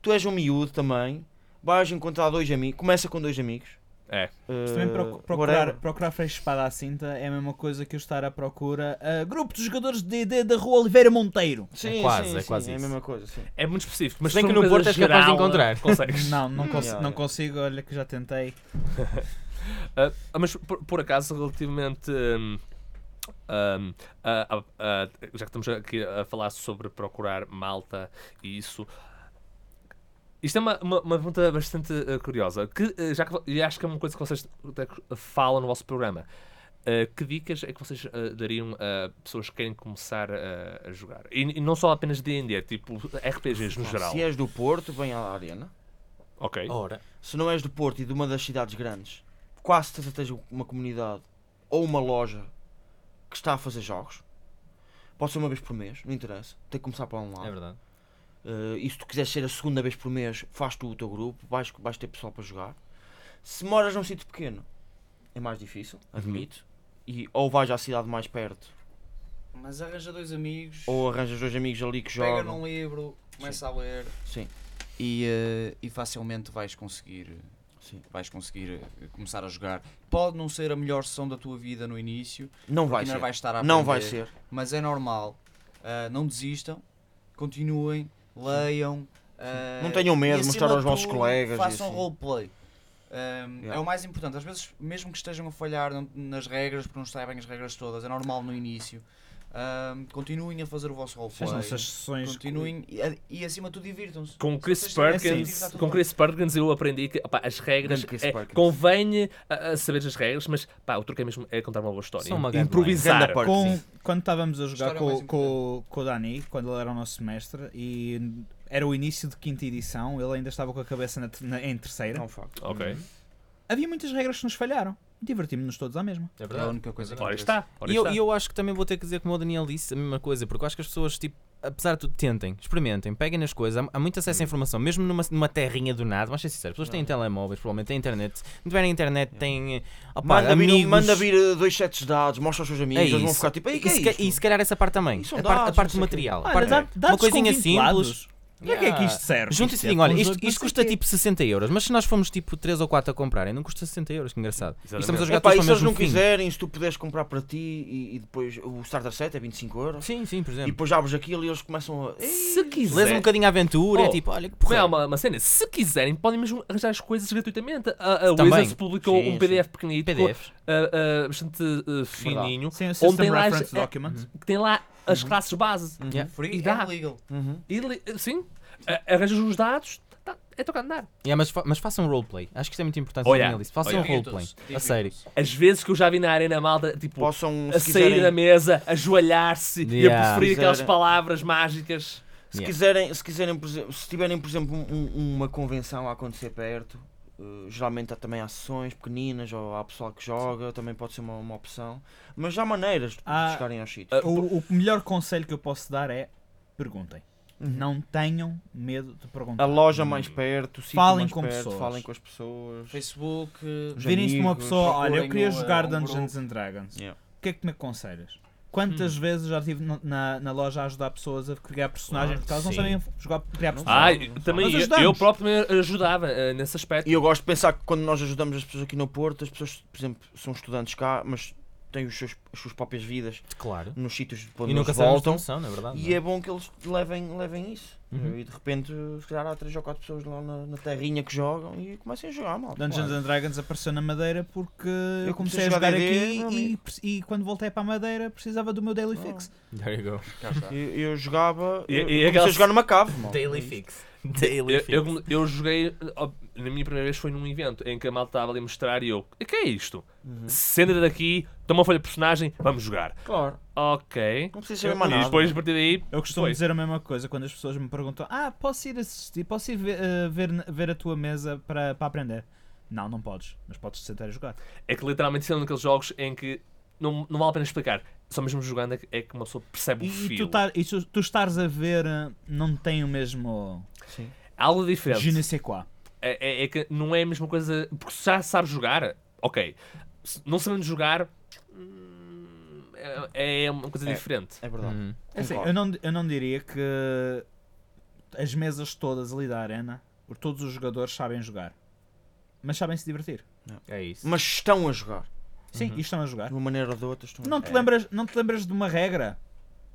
D: Tu és um miúdo também. Vais encontrar dois amigos. Começa com dois amigos.
C: É.
H: Se também procu-
D: Eh,
H: procurar,
D: whatever.
H: procurar Freixo de Espada à Cinta é a mesma coisa que eu estar à procura. ah, grupo de jogadores de D&D da Rua Oliveira Monteiro.
D: Sim,
G: quase,
D: sim,
G: é
D: sim,
G: quase
D: É a
G: isso.
D: mesma coisa, sim.
C: é muito específico. Mas
G: Se bem
C: se for
G: que no
C: uma coisa
G: Porto és capaz de
C: geral,
G: encontrar.
C: Consegues.
H: Não,
F: Hum.
H: não, consi-
D: yeah,
H: não
D: yeah.
H: consigo. Olha que já tentei.
C: Ah, mas por, por acaso, relativamente. hum, hum, a- a- a- já que estamos aqui a falar sobre procurar malta e isso. Isto é uma, uma, uma pergunta bastante eh, curiosa. Que, eh, já que, vo- e acho que é uma coisa que vocês até que eh, falam no vosso programa. Eh, que dicas é que vocês eh, dariam a pessoas que querem começar eh, a, a jogar? E, e não só apenas D&D, tipo RPGs no geral.
D: Se és do Porto, vem à Arena.
C: Ok.
G: Ora.
D: Se não és do Porto e de uma das cidades grandes, quase certeza que tens uma comunidade ou uma loja que está a fazer jogos. Pode ser uma vez por mês, não interessa. Tem que começar para um lado.
G: É verdade.
D: Uh, e se tu quiseres ser a segunda vez por mês, faz tu o teu grupo, vais, vais ter pessoal para jogar. Se moras num sítio pequeno, é mais difícil,
G: Uhum.
D: admito. E, ou vais à cidade mais perto,
F: Mas arranja dois amigos,
D: ou arranjas dois amigos ali que
F: pega
D: jogam.
F: num livro, começa a ler
D: Sim.
F: e, eh, e facilmente vais conseguir.
D: Sim.
F: Vais conseguir eh, começar a jogar. Pode não ser a melhor sessão da tua vida no início,
D: Não vai
F: ainda
D: ser.
F: vais estar a
D: Não vai
F: aprender.
D: ser.
F: mas é normal. Ah, não desistam, continuem, leiam. ah,
D: Não tenham medo
F: e
D: de
F: acima
D: mostrar aos
F: de
D: vossos
F: tudo,
D: colegas e
F: Façam
D: assim.
F: roleplay. Ah,
D: Yeah.
F: É o mais importante. Às vezes, mesmo que estejam a falhar n- nas regras, porque não saibam as regras todas, é normal no início. Ah, continuem a fazer o vosso roleplay.
H: As nossas sessões.
F: Continuem e, a- e acima de tudo divirtam-se.
C: com o Chris
F: Vocês têm que
C: Perkins,
F: sentir, tá
C: com o
F: tudo
C: Chris Perkins eu aprendi que opá, as regras
D: Grande Chris
C: é,
D: Perkins.
C: convém a, a saber as regras, mas pá, o truque é mesmo é contar uma boa história,
G: Só uma guideline.
C: improvisar.
D: Grande parte.
H: Com- quando estávamos a
F: História
H: jogar
F: mais
H: com,
F: importante.
H: com, com o Dani, quando ele era o nosso mestre, e era o início de quinta edição, ele ainda estava com a cabeça na, te- na- em terceira.
D: Não facto.
C: Ok,
G: Uhum.
C: havia
H: Havia muitas regras que nos falharam. Divertimos-nos todos à mesma.
F: bem.
G: É
F: É a
G: verdade.
F: única coisa que
C: ora
F: interessa.
C: está. Ora
G: E eu,
C: está.
G: e eu acho que também vou ter que dizer, como o Daniel disse, a mesma coisa, porque eu acho que as pessoas, tipo, apesar de tudo, tentem, experimentem, peguem nas coisas. Há, há muito
D: Uhum.
G: acesso à informação, mesmo numa, numa terrinha do nada. Mas ser sincero, as pessoas têm telemóveis, provavelmente têm internet. Se não tiverem internet, têm. eh, opá,
D: Manda vir,
G: amigos,
D: manda vir eh, dois sets de dados, mostra aos seus amigos,
G: É
D: eles vão
G: isso.
D: ficar tipo, Ei,
G: E,
D: que é
G: se, ca-
D: isto?
G: e se calhar essa parte também.
D: Isso é
G: a
D: são
G: parte, a
D: dados,
G: parte
D: não sei o quê.
G: material. a
H: Olha,
G: parte-
H: dá-
G: uma
H: dados
G: coisinha
H: convinculados.
G: simples.
H: Para que é que isto serve?
G: Juntam-se e digam, olha, isto, isto custa tipo 60 euros, mas se nós formos tipo 3 ou 4 a comprarem, não custa 60 euros, que engraçado. E estamos a jogar
D: Epá,
G: todos
D: e
G: para o
D: se eles
G: mesmo
D: não
G: fim.
D: quiserem, se tu puderes comprar para ti e, e depois o starter set é 25 euros.
G: Sim, sim, por
D: E
G: exemplo.
D: depois abres aquilo e eles começam a.
C: se
G: Lês um
C: quiserem,
G: bocadinho a aventura, é
C: Oh,
G: tipo, olha que
C: como é
G: porra.
C: uma, uma cena, se quiserem podem mesmo arranjar as coisas gratuitamente. A, a
G: Também.
C: Wizards publicou
D: Sim,
C: um PDF pequenito,
G: PDFs.
C: ah, ah, bastante ah, fininho,
H: Sim, o
C: onde tem
H: System
C: lá, as,
H: Reference
G: Uhum.
H: Document.
C: que tem lá as classes base.
G: Yeah.
F: Free
C: E
F: and
C: dá.
F: legal.
C: E li- sim, ah, arranjas os dados, tá, é tocar andar.
G: Yeah, mas, fa mas façam roleplay. Acho que isto é muito importante.
C: Oh,
G: Oh,
C: yeah.
G: Façam
C: Oh, yeah.
G: roleplay. A sério.
C: As vezes que eu já vi na arena malta, tipo,
D: Possam
C: a
D: se
C: sair da
D: quiserem,
C: mesa, ajoelhar-se e a
G: Yeah.
C: preferir aquelas
D: Quiserem.
C: palavras mágicas.
D: se
G: Yeah.
D: quiserem, se quiserem, por exemplo, se tiverem, por exemplo, um- um- uma convenção a acontecer perto, eh, geralmente há, também há sessões pequeninas ou há pessoal que joga, também pode ser uma, uma opção. Mas já há maneiras de
H: Ah,
D: chegarem aos sítios.
C: Ah,
H: O, o melhor conselho que eu posso dar é perguntem. Não tenham medo de perguntar.
D: A loja mais perto, o sítio
H: Falem
D: mais
H: com
D: perto,
H: pessoas.
D: falem com as pessoas.
F: Facebook. eh,
D: Os
H: Virem-se para uma
D: amigos,
H: pessoa, olha, eu
F: procurem
H: queria
F: um,
H: jogar
F: um
H: Dungeons and Dragons.
D: Yeah.
H: O que é que me aconselhas? Quantas vezes já estive na- na, na loja a ajudar pessoas a criar personagens porque elas não
G: sim.
H: sabem jogar, criar personagens?
C: Ah, eu- também
H: Nós
C: eu,
H: ajudamos.
C: eu próprio me ajudava eh, nesse aspecto.
D: E eu gosto de pensar que quando nós ajudamos as pessoas aqui no Porto, as pessoas, por exemplo, são estudantes cá, mas têm os seus as suas próprias vidas
G: Claro.
D: nos sítios de onde
G: E nunca
D: eles
G: sabemos
D: voltam.
G: como são, na verdade.
D: E
G: não é?
D: é bom que eles levem, levem isso.
G: Uhum.
D: E de repente, se calhar, há 3 ou 4 pessoas lá na, na terrinha que jogam e comecem a jogar mal.
H: Dungeons and Dragons apareceu na Madeira porque eu
D: comecei
H: comecei
D: a
H: a
D: jogar
H: jogar
D: D&D,
H: aqui
D: meu
H: e,
D: amigo.
H: pre- e quando voltei para a Madeira precisava do meu daily fix.
G: There you go.
F: Cá está.
D: Eu, eu jogava.
C: E-
D: eu
C: e
D: comecei a
C: aquelas-
D: jogar numa cave. mal.
G: Daily Fix. Daily
C: Eu,
G: Fix.
C: eu, come- eu joguei, ó, na minha primeira vez foi num evento em que a malta estava ali a mostrar e eu, o que é isto? Senta-te daqui, toma uma folha de personagem, vamos jogar.
D: Claro.
C: Ok.
D: Não precisa saber mais
C: E
D: nada.
C: depois, a partir daí,
H: Eu costumo
C: Pois.
H: dizer a mesma coisa quando as pessoas me perguntam: Ah, posso ir assistir, posso ir ver, eh, ver, na- ver a tua mesa para, para aprender? Não, não podes, mas podes te sentar a jogar.
C: é que literalmente são daqueles jogos em que não, não vale a pena explicar. Só mesmo jogando é que- é que uma pessoa percebe
H: E,
C: o
H: e
C: fio.
H: tu,
D: tá
H: tar, e tu, tu estares a ver eh, não tem o mesmo
C: Algo diferente.
H: je ne sais quoi.
C: É, é- é que não é a mesma coisa. Porque se já sabes jogar, ok. Se não sabendo jogar, hum, é, é uma coisa
D: É.
C: diferente.
D: É verdade.
G: Uhum.
H: É assim,
D: Concordo.
H: eu, não, eu não diria que as mesas todas ali da arena, por todos os jogadores sabem jogar, mas sabem se divertir.
G: É isso.
D: Mas estão a jogar.
H: Sim, e estão a jogar.
D: De uma maneira ou de outra estão a
H: Não
D: jogar.
H: te, lembras, não te lembras de uma regra?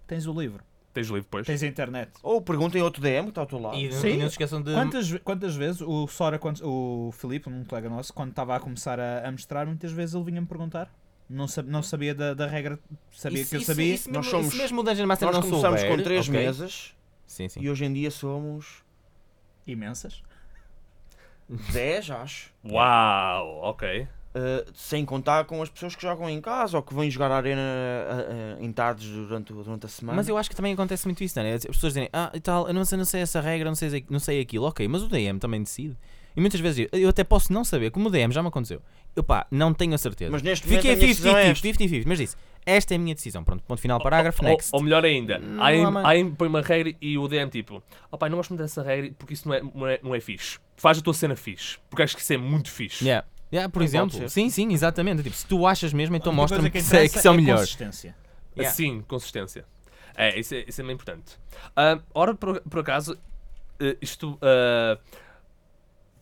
H: Tens o livro,
C: Tens o livro depois.
H: tens a internet.
D: Ou perguntem a outro DM que está ao teu lado.
G: E, não-
H: Sim.
G: e não se esqueçam de.
H: Quantas, ve- quantas vezes o Sora, quando, o Filipe, um colega nosso, quando estava a começar a, a mostrar, muitas vezes ele vinha-me perguntar. Não, sab- não sabia da, da regra, sabia
G: Isso-
H: que eu
G: isso-
H: sabia.
G: Isso,
D: Nós
G: mesmo,
D: somos-
G: isso mesmo o Dungeon Master
D: Nós
G: não
D: começamos
G: souber,
D: com 3
G: ok.
D: mesas
G: Sim, sim.
D: e hoje em dia somos
H: Imensas.
D: 10, acho.
C: Uau! Ok.
D: Uh, sem contar com as pessoas que jogam em casa ou que vêm jogar à arena uh, uh, em tardes durante, o- durante a semana.
G: Mas eu acho que também acontece muito isso, não é? As pessoas dizem, ah, e tal, eu não sei, não sei essa regra, não sei, não sei aquilo, ok, mas o DM também decide. E muitas vezes eu, eu até posso não saber, como o DM já me aconteceu. Eu pá, não tenho a certeza.
D: Mas neste momento
G: Fiquei
D: a minha decisão é
G: 50-50,
D: esta.
G: 50-50, mas disse, esta é a minha decisão. Pronto, ponto final, parágrafo,
C: Ou-
G: next.
C: Ou, melhor ainda,
G: Não
C: aí,
G: há mais.
C: aí põe uma regra e o DM tipo, ó pai, não gosto muito dessa regra porque isso não é, não é, não é fixe. Faz a tua cena fixe, porque acho que isso é muito fixe.
G: Yeah. Yeah, por
D: Não
G: exemplo,
D: pode ser.
G: sim, sim, exatamente. Tipo, se tu achas mesmo, então
H: A única coisa
G: mostra-me que,
H: interessa
G: se- que são
H: é
G: melhores.
H: consistência.
G: Yeah.
C: Assim, consistência. É, isso é, isso é bem importante. Ah, ora, por, por acaso, eh, isto ah,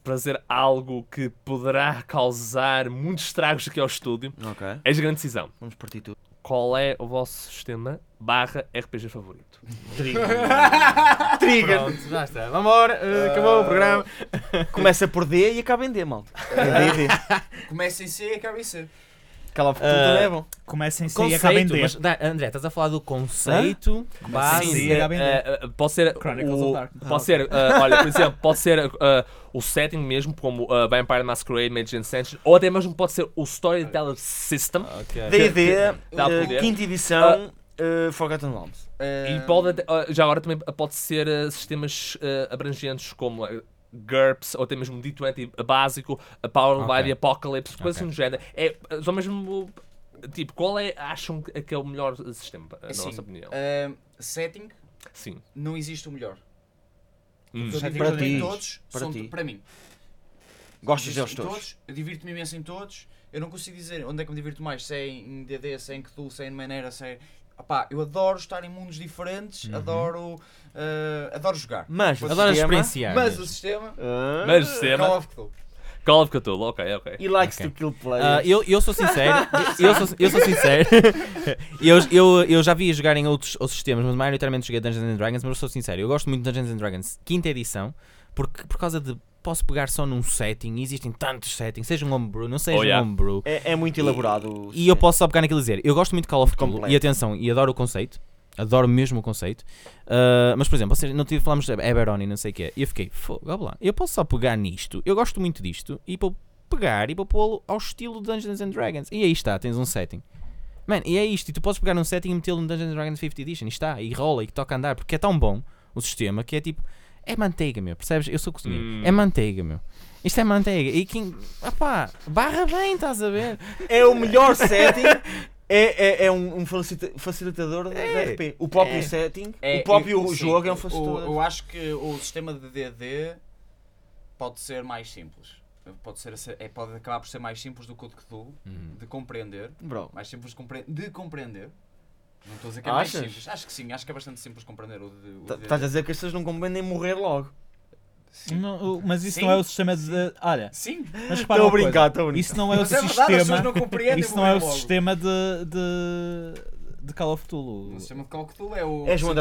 C: fazer algo que poderá causar muitos estragos aqui ao estúdio
D: Ok,
C: é a grande decisão.
D: vamos partir tudo.
C: Qual é o vosso sistema barra RPG favorito?
D: Trigger!
G: Pronto, já está. Vambora, uh, acabou o programa.
D: Começa por D e acaba em D, malta. É D, D.
F: Começa em C e acaba em C.
D: Aquela uh, também é bom.
H: Comecem C assim e acabem
G: Conceito,
H: D.
G: mas,
C: né,
G: dá- André, estás a falar do conceito, base,
H: Sim,
C: Sim,
H: sim,
C: eh,
H: acaba em D. Ah,
C: eh, eh, pode ser.
H: Chronicles
C: o,
H: of Dark.
C: Pode ser, eh, olha, por exemplo, pode ser eh, o setting mesmo, como eh, Vampire Masquerade, Magic and Sanction, ou até mesmo pode ser o Storyteller System.
H: Ah,
G: Ok.
D: D&D,
C: Dá
D: uh,
C: poder.
D: eh, quinta edição, uh, Forgotten Realms.
C: E
F: Ahm,
C: pode, até- ah, já agora também pode ser ah, sistemas ah, abrangentes como ah, GURPS ou até mesmo D20 básico, a Power
G: Ok.
C: by the Apocalypse, coisas
G: Ok.
C: assim do género. É ah, só mesmo. Tipo, qual é acham que que é o melhor ah, sistema, ah, na
F: assim,
C: nossa opinião?
H: Eh,
F: ahm, setting,
C: Sim.
F: não existe o melhor.
C: Hum.
F: Eu
D: Para
F: divirto-me
D: ti.
F: em todos,
D: Para
F: são
D: ti.
F: de- para mim.
D: Gostas
F: Existem
D: deles todos?
F: Eu divirto-me imenso em todos. Eu não consigo dizer onde é que me divirto mais, se é em DD, se é em Cthulhu, se é em Maneira, se é... Opá, eu adoro estar em mundos diferentes,
D: Uhum.
F: adoro, ah, adoro jogar.
D: Mas, o
G: Adoro
D: sistema-
G: experienciar.
F: Mas
G: mesmo.
F: o sistema...
D: Ah,
C: Mas o sistema.
F: Call of Cthulhu.
C: Call of Cthulhu, ok, ok.
D: He likes
G: Ok.
D: to kill
G: Ah,
D: players.
G: eu, eu sou sincero, eu sou, eu sou sincero. eu, eu, eu já vi jogar em outros, outros sistemas, mas maioritariamente joguei Dungeons and Dragons, mas eu sou sincero, eu gosto muito de Dungeons and Dragons, quinta edição, porque por causa de posso pegar só num setting, e existem tantos settings, seja um homebrew, não seja
C: Oh, yeah.
G: um homebrew.
D: É, é muito elaborado. o
G: E eu
D: sistema.
G: posso só pegar naquilo e dizer, eu gosto muito de Call of Cthulhu,
D: Completo.
G: e atenção, e adoro o conceito, adoro mesmo o conceito, ah, mas por exemplo, vocês, não tive, falámos de Eberron e não sei o que é, e eu fiquei, fogo, olha lá, eu posso só pegar nisto, eu gosto muito disto, e vou pegar e vou pô-lo ao estilo de Dungeons and Dragons, e aí está, tens um setting. Man, e é isto, e tu podes pegar um setting e metê-lo no Dungeons and Dragons 50 Edition, e está, e rola, e toca a andar, porque é tão bom o sistema que é tipo, é manteiga, meu, percebes? Eu sou cozinheiro,
C: Hum.
G: é manteiga, meu. Isto é manteiga, e quem. Opá, barra bem, estás a ver?
D: É o melhor setting. É, é, é um, um facilita- facilitador da- da RP. O próprio
G: É.
D: setting,
F: É,
D: o próprio
F: eu- sim,
D: jogo é um
F: eu-
D: facilitador.
F: Eu acho que o sistema de DD pode ser mais simples. Pode, ser, é, pode acabar por ser mais simples do que o de Cthulhu,
D: Uhum.
F: de compreender.
D: Bro,
F: Mais simples de, compre- de compreender. Não estou a dizer que é mais
D: Achas?
F: simples. Acho que sim, acho que é bastante simples compreender o de. o
D: tá-
F: de-
D: estás a dizer que as pessoas não convêm nem morrer logo.
H: Não, o- mas isso
F: Sim.
H: não é o sistema de. Olha,
F: Sim,
H: mas repara
D: Estou a
H: uma coisa,
D: brincar, estou a brincar.
H: Isso não é o
F: mas é verdade, as
H: sistema.
F: pessoas não compreendem.
H: isso não é o
F: logo.
H: sistema de, de, de Call of Cthulhu.
F: O sistema de Call of Cthulhu é o.
D: És um
F: conceitual,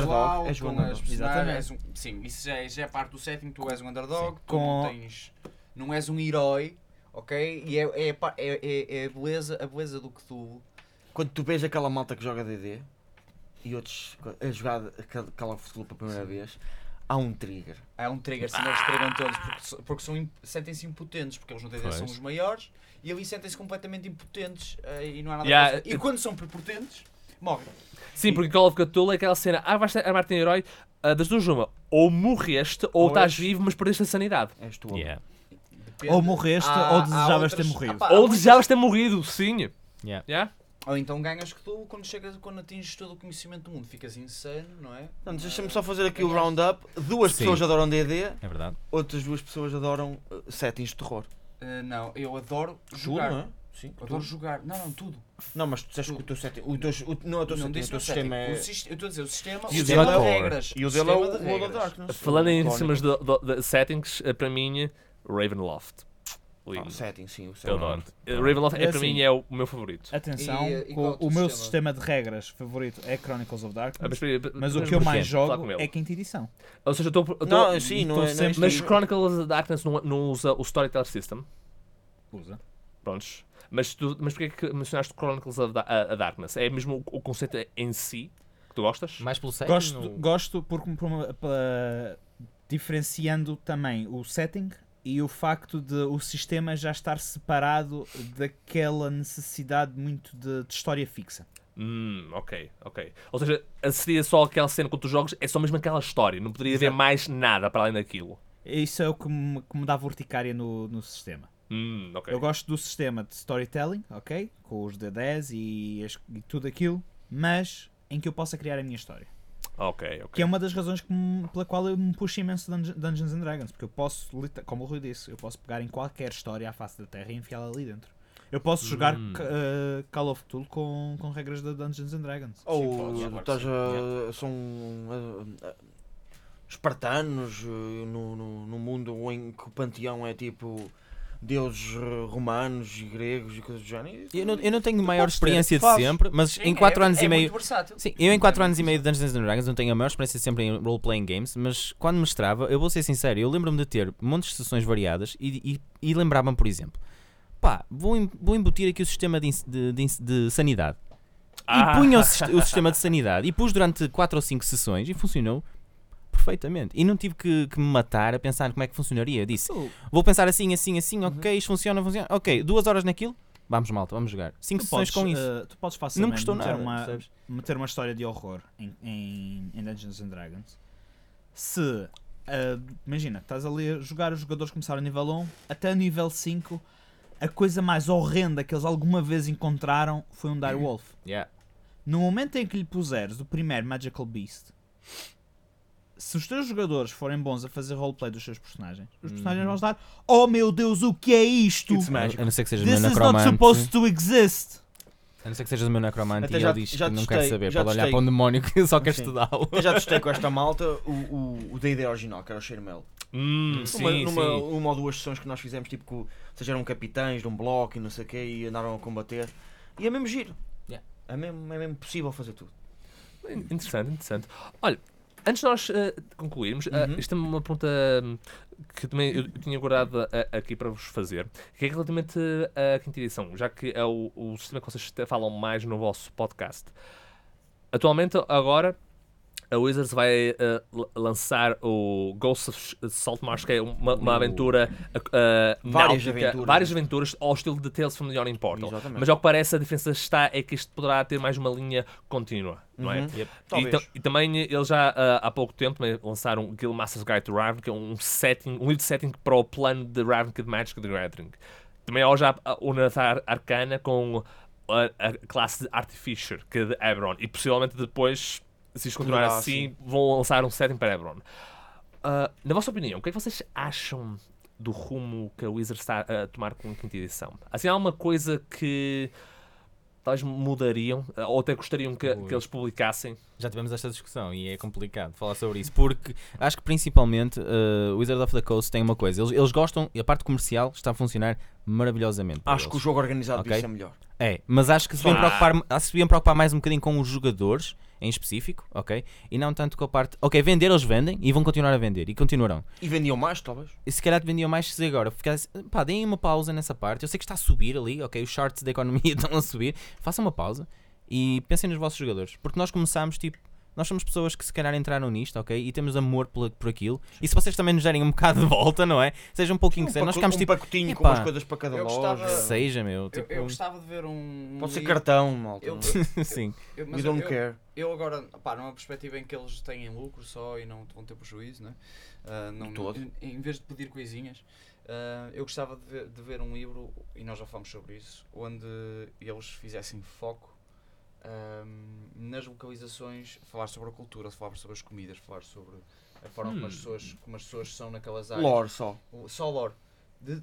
D: underdog, és um
F: com
D: underdog,
F: as personagens,
H: exatamente.
F: és um- sim, isso já é, já é parte do setting. Tu és um underdog, tu
H: com-
F: não tens. Não és um herói, ok? E é, é, pa- é, é, é a, beleza, a beleza do Cthulhu.
D: Quando tu vês aquela malta que joga DD e outros co- a jogar aquele Call of Cthulhu pela primeira vez, há um trigger.
F: É um trigger, se eles trigam todos, porque, so- porque são imp- sentem-se impotentes, porque eles no TD são
G: Pois.
F: os maiores e ali sentem-se completamente impotentes eh, e não há nada
C: Yeah,
F: a fazer. E
C: eu-
F: quando são prepotentes, morrem.
C: Sim, porque Call of Cthulhu é aquela cena, ah, vais armar-te em herói, ah, das duas uma, ou morreste, ou
F: Ou
C: estás
F: és-
C: vivo, mas perdeste a sanidade.
D: És tu.
G: Yeah.
F: Depende.
H: Ou morreste,
F: Há-
H: ou
F: há
H: desejavas ter
F: outras-
H: morrido.
F: Ah, pá, há
C: Ou
F: muitas-
C: desejavas ter morrido, sim.
G: Yeah.
C: Yeah?
F: Ou então ganhas que tu quando chegas, quando atinges todo o conhecimento do mundo, ficas insano, não é?
D: Não, deixa-me só fazer aqui o roundup. Duas
G: Sim.
D: pessoas adoram DD,
G: É verdade.
D: outras duas pessoas adoram uh, settings de terror.
F: Ah, não, eu adoro
D: Tudo,
F: jogar.
D: não é? Sim.
F: Eu
D: tudo.
F: Adoro jogar. Não, não, tudo.
D: Não, mas tu disseste que o teu setting. O teu, o, não, é o teu
F: não
D: setting, o
F: disse
D: teu
F: o setting.
D: sistema é.
F: O sis- Eu estou a dizer, o sistema,
D: E
F: o
D: o
F: sistema
D: dele é
F: de
D: o-
F: regras.
D: E o dele é o
F: sistema de
D: World of
F: regras.
D: Darkness.
C: Falando em
D: Clónico.
C: sistemas de, de- de settings, ah, para mim, Ravenloft.
D: Ah, o
C: Lindo.
D: setting, sim. O
C: Eu
D: setting.
C: adoro. Ah, Ravenloft é,
H: É
C: para
H: assim.
C: mim é o meu favorito.
H: Atenção,
F: E- e
H: o-
F: qual é o teu
H: o meu
F: sistema?
H: sistema de regras favorito é Chronicles of
C: Ah,
H: Darkness.
C: espera aí,
H: Mas o
C: podemos
H: que eu
C: falar
H: mais
C: com
H: jogo
C: ele.
H: é quinta edição.
C: Ou seja, eu estou. eu estou-
D: Não, sim, não
H: estou
D: é. não é
H: sempre-
D: isto.
C: Mas Chronicles of Darkness não, não usa o Storyteller System.
H: Usa.
C: Prontos. Mas, tu, mas porquê é que mencionaste Chronicles of Da- a- a Darkness? É mesmo o, o conceito em si que tu gostas?
G: Mais pelo setting?
H: Gosto,
G: ou-
H: gosto porque me promo- pa- diferenciando também o setting e o facto de o sistema já estar separado daquela necessidade muito de, de história fixa.
C: Hum, ok, ok. Ou seja, seria só aquela cena quando tu jogas, é só mesmo aquela história, não poderia haver mais nada para além daquilo.
H: Isso é o que me, que me dá urticária no, no sistema.
C: Hum, ok.
H: Eu gosto do sistema de storytelling, ok? Com os D10 e, as- e tudo aquilo, mas em que eu possa criar a minha história.
C: Ok,
H: Que
C: ok.
H: é uma das razões que me- pela qual eu me puxo imenso Dunge- Dungeons and Dragons, porque eu posso, lita- como o Rui disse, eu posso pegar em qualquer história à face da Terra e enfiá-la ali dentro. Eu posso jogar ca- eh, Call of Cthulhu com, com regras da Dungeons and Dragons.
G: Oh,
D: Ou estás a. São. uh, uh, espartanos uh, no, no, no mundo em que o panteão é tipo. deuses uh, romanos e gregos e coisas do género. E- é
G: Eu não, eu não tenho maior
D: podes ter,
G: experiência de
D: fazes.
G: sempre, mas
F: Sim,
G: em 4
F: é-
G: anos
F: é
G: e meio.
F: Muito versátil.
G: Sim, eu em 4
F: É
G: anos e
F: muito
G: meio de Dungeons and Dragons não tenho a maior experiência sempre em role-playing games, mas quando mestrava, eu vou ser sincero, eu lembro-me de ter montes de sessões variadas e, e, e lembrava-me, por exemplo, pá, vou, em- vou embutir aqui o sistema de, ins- de, de ins- de sanidade.
C: Ah.
G: E punha o, sis- o sistema de sanidade e pus durante 4 ou 5 sessões e funcionou perfeitamente. E não tive que, que me matar a pensar como é que funcionaria. Eu Disse, vou pensar assim, assim, assim,
H: Uhum.
G: ok, isto funciona, funciona, ok, duas horas naquilo, vamos malta, vamos jogar. 5
H: Tu
G: sessões
H: podes,
G: com isso.
H: eh, tu podes facilmente
G: Não custou
H: meter,
G: nada,
H: uma,
G: percebes?
H: meter uma história de horror em, em, em Dungeons and Dragons. Se, eh, imagina, estás ali a jogar, os jogadores começaram a nível 1, até o nível 5, a coisa mais horrenda que eles alguma vez encontraram foi um Direwolf.
G: Yeah.
H: No momento em que lhe puseres o primeiro Magical Beast, se os teus jogadores forem bons a fazer roleplay dos seus personagens, os personagens vão estar: Oh meu Deus, o que é isto?
D: Uhum. It's magic.
G: A não ser que sejas o meu
H: This is not supposed
G: necromante.
H: to exist.
G: A não ser que sejas o meu necromante
D: Até
G: e
D: já-
G: ele diz
D: já
G: que não
D: testei-
G: quer saber.
D: já
G: Pode olhar
D: testei.
G: para um demónio que só quer
D: Sim.
G: estudá-lo.
D: Eu já testei com esta malta o- o o DD original, que era o Cheirmel.
C: Hum, sim,
D: Uma,
C: sim.
D: numa, uma ou duas sessões que nós fizemos, tipo, que, ou seja, eram capitães de um bloco e não sei o quê, e andaram a combater. E é mesmo giro.
G: Yeah.
D: É, mesmo, é mesmo possível fazer tudo.
C: In- Interessante, interessante. Olha, antes de nós eh, concluirmos, eh,
D: Uhum.
C: isto é uma pergunta hum, que também eu tinha guardado eh, aqui para vos fazer, que é relativamente à quinta edição, já que é o, o sistema que vocês te- falam mais no vosso podcast. Atualmente, agora, a Wizards vai eh, la- lançar o Ghost of Saltmarsh, que é uma, uma aventura eh,
D: Uh. Várias
C: náutica,
D: aventuras.
C: várias aventuras ao estilo de Tales from the Yawning Portal.
D: Exatamente.
C: Mas ao que parece, a diferença está é que isto poderá ter mais uma linha contínua, não é? E,
D: Uhum. Talvez.
C: ta- e também eh, eles já ah, há pouco tempo também lançaram o Guild Masters Guide to Ravnica, um, setting, um livro de setting para o plano de Ravnica de Magic the Gathering. Também há já ah, o Nathar Arcana com a, a classe de Artificer, que é de Ebron. E possivelmente depois, se isto continuar
D: Poderá,
C: assim, vão lançar um setting para Ebron. Ah, na vossa opinião, o que é que vocês acham do rumo que a Wizard está a tomar com a quinta edição? Assim, há uma coisa que talvez mudariam, eh, ou até gostariam que,
G: Ui.
C: que eles publicassem.
G: Já tivemos esta discussão e é complicado falar sobre isso, porque acho que principalmente o Wizard of the Coast tem uma coisa, eles, eles gostam e a parte comercial está a funcionar maravilhosamente. para
D: Acho que o
G: eles.
D: jogo organizado
G: Ok.
D: devia ser melhor.
G: É, mas acho que se deviam, preocupar, acho que se deviam preocupar mais um bocadinho com os jogadores em específico, ok? E não tanto com a parte. Ok, vender eles vendem e vão continuar a vender e continuarão.
D: E vendiam mais, talvez.
G: E se calhar vendiam mais se agora ficasse. Pá, deem uma pausa nessa parte. Eu sei que está a subir ali, ok? Os charts da economia estão a subir. Façam uma pausa e pensem nos vossos jogadores. Porque nós começámos tipo. Nós somos pessoas que se calhar entraram nisto, ok? E temos amor por, por aquilo. E se vocês também nos derem um bocado de volta, não é? Seja um pouquinho que seja. Nós
D: paco-
G: ficámos
D: um
G: tipo.
D: pacotinho com
G: epá,
D: umas coisas para cada
F: eu
D: loja.
F: gostava-
G: que Seja, meu.
F: Eu,
G: Tipo,
F: eu gostava de ver um.
D: Pode ser
F: livro-
D: cartão, então. malta.
F: Eu,
G: sim.
F: eu,
D: We
F: mas eu,
D: don't
F: eu,
D: care.
F: eu agora, pá, numa perspectiva em que eles têm lucro só e não vão ter prejuízo, né? Ah, não
D: De todo.
F: Em, em vez de pedir coisinhas, ah, eu gostava de ver, de ver um livro, e nós já falamos sobre isso, onde eles fizessem foco ahm, nas localizações, falar sobre a cultura, falar sobre as comidas, falar sobre a forma como, as pessoas, como as pessoas são naquelas áreas.
D: Hum. Lore só.
F: Só lore. De-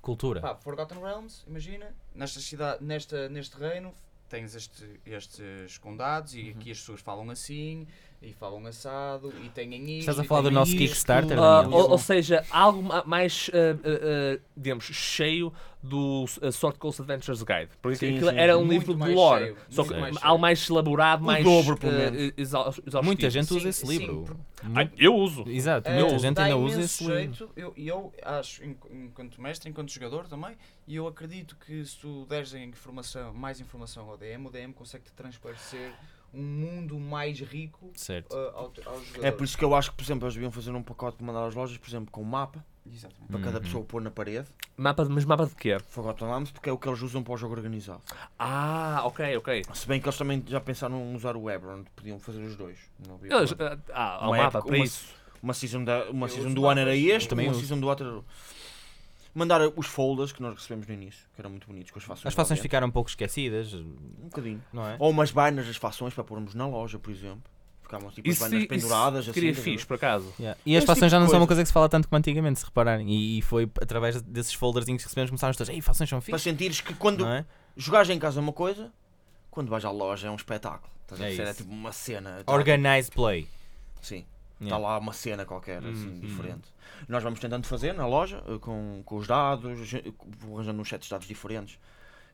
G: Cultura.
F: Pá, Forgotten Realms, imagina, nesta cidade, nesta, neste reino, tens este- estes condados
G: Uhum.
F: e aqui as pessoas falam assim, e falam assado, e têm isto.
G: Estás a
F: e
G: falar do
F: têm
G: nosso
F: isto.
G: Kickstarter,
C: Ah,
G: Daniel?
C: ou, ou seja, algo ma- mais, ah, ah, ah, digamos, cheio do ah, Sword Coast Adventures Guide. Porque
D: Sim,
C: aquilo
D: sim.
C: era um
F: Muito
C: livro de
F: mais
C: lore,
F: cheio,
C: só
F: muito
C: que
F: mais cheio.
C: algo mais elaborado,
D: O
C: mais
D: dobro, pelo
C: ah,
D: menos.
C: ah, exau- exaustivo.
G: Muita gente usa
F: Sim,
G: esse
F: sim,
G: livro.
C: Ai,
G: Mu-
C: eu uso.
G: Exato,
F: É,
G: muita
F: ele
G: gente
F: dá
G: ainda
F: imenso
G: usa esse livro.
F: jeito, eu, eu acho, en- enquanto mestre, enquanto jogador também, e eu acredito que se tu deres em informação, mais informação ao DM, o DM consegue-te transparecer um mundo mais rico
G: Certo.
F: ah, ao, te- ao jogador.
D: É por isso que eu acho que, por exemplo, eles deviam fazer um pacote para mandar às lojas, por exemplo, com um mapa,
F: Exatamente.
D: para
G: Uhum.
D: cada pessoa pôr na parede.
C: Mapa, de- mas mapa de quê?
D: Forgotten Realms, porque é o que eles usam para o jogo organizado.
C: Ah, ok, ok.
D: Se bem que eles também já pensaram em usar o Eberron, podiam fazer os dois. Não havia
C: Eles,
D: problema.
C: ah, ah, há um
D: Uma
C: mapa
D: época-
C: para
D: uma-
C: isso.
D: Uma season, da, uma
F: Eu
D: season
F: uso
D: do ano era
F: mapas,
D: este,
G: também
D: uma
G: uso.
D: season do outro era... Mandar os folders que nós recebemos no início, que eram muito bonitos, com as fações.
G: As fações
D: lá dentro.
G: ficaram um pouco esquecidas,
D: Um bocadinho.
G: não é?
D: Ou umas banners das fações para pormos na loja, por exemplo. Ficavam tipo as banners penduradas, assim.
C: queria
D: estás a ver?
C: fixe, por acaso.
G: Yeah. E as
D: Esse
G: fações
D: tipo
G: já não
D: de
G: são uma
D: coisa.
G: coisa que se fala tanto como antigamente, se repararem. E, e foi através desses folderzinhos que recebemos que começámos todos. Ei, fações são
D: Para
G: fixas.
D: sentires que quando
G: Não é?
D: jogares em casa é uma coisa, quando vais à loja é um espetáculo. Estás a
G: É
D: perceber? é
G: isso.
D: tipo uma cena. tá-
G: Organized play.
D: Sim. Está
G: Yeah.
D: lá uma cena qualquer, assim, diferente. Nós vamos tentando fazer na loja, eh, com, com os dados, ge- vou arranjando uns sete dados diferentes.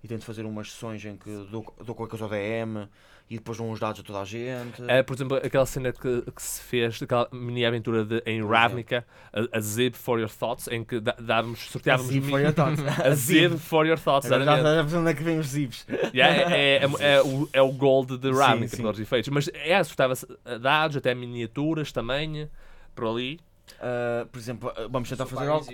D: E tento fazer umas sessões em que dou, dou qualquer coisa ao DM e depois dou uns dados a toda a gente.
C: É, por exemplo, aquela cena que, que se fez, aquela mini aventura de, em
D: Uhum.
C: Ravnica, a, a Zip for Your Thoughts, em que dá- dávamos, sorteávamos
D: Zip
C: mi-
D: for your thoughts.
C: a Zip for Your Thoughts,
D: Agora já
C: exatamente.
D: estás a ver onde é que vem os zips.
C: Yeah, é, é, é, é o, é o gold de Ravnica,
D: sim.
C: para todos os efeitos. Mas é, sorteava-se a dados, até miniaturas também, por ali.
D: Ah, por exemplo, ah, vamos tentar fazer algo.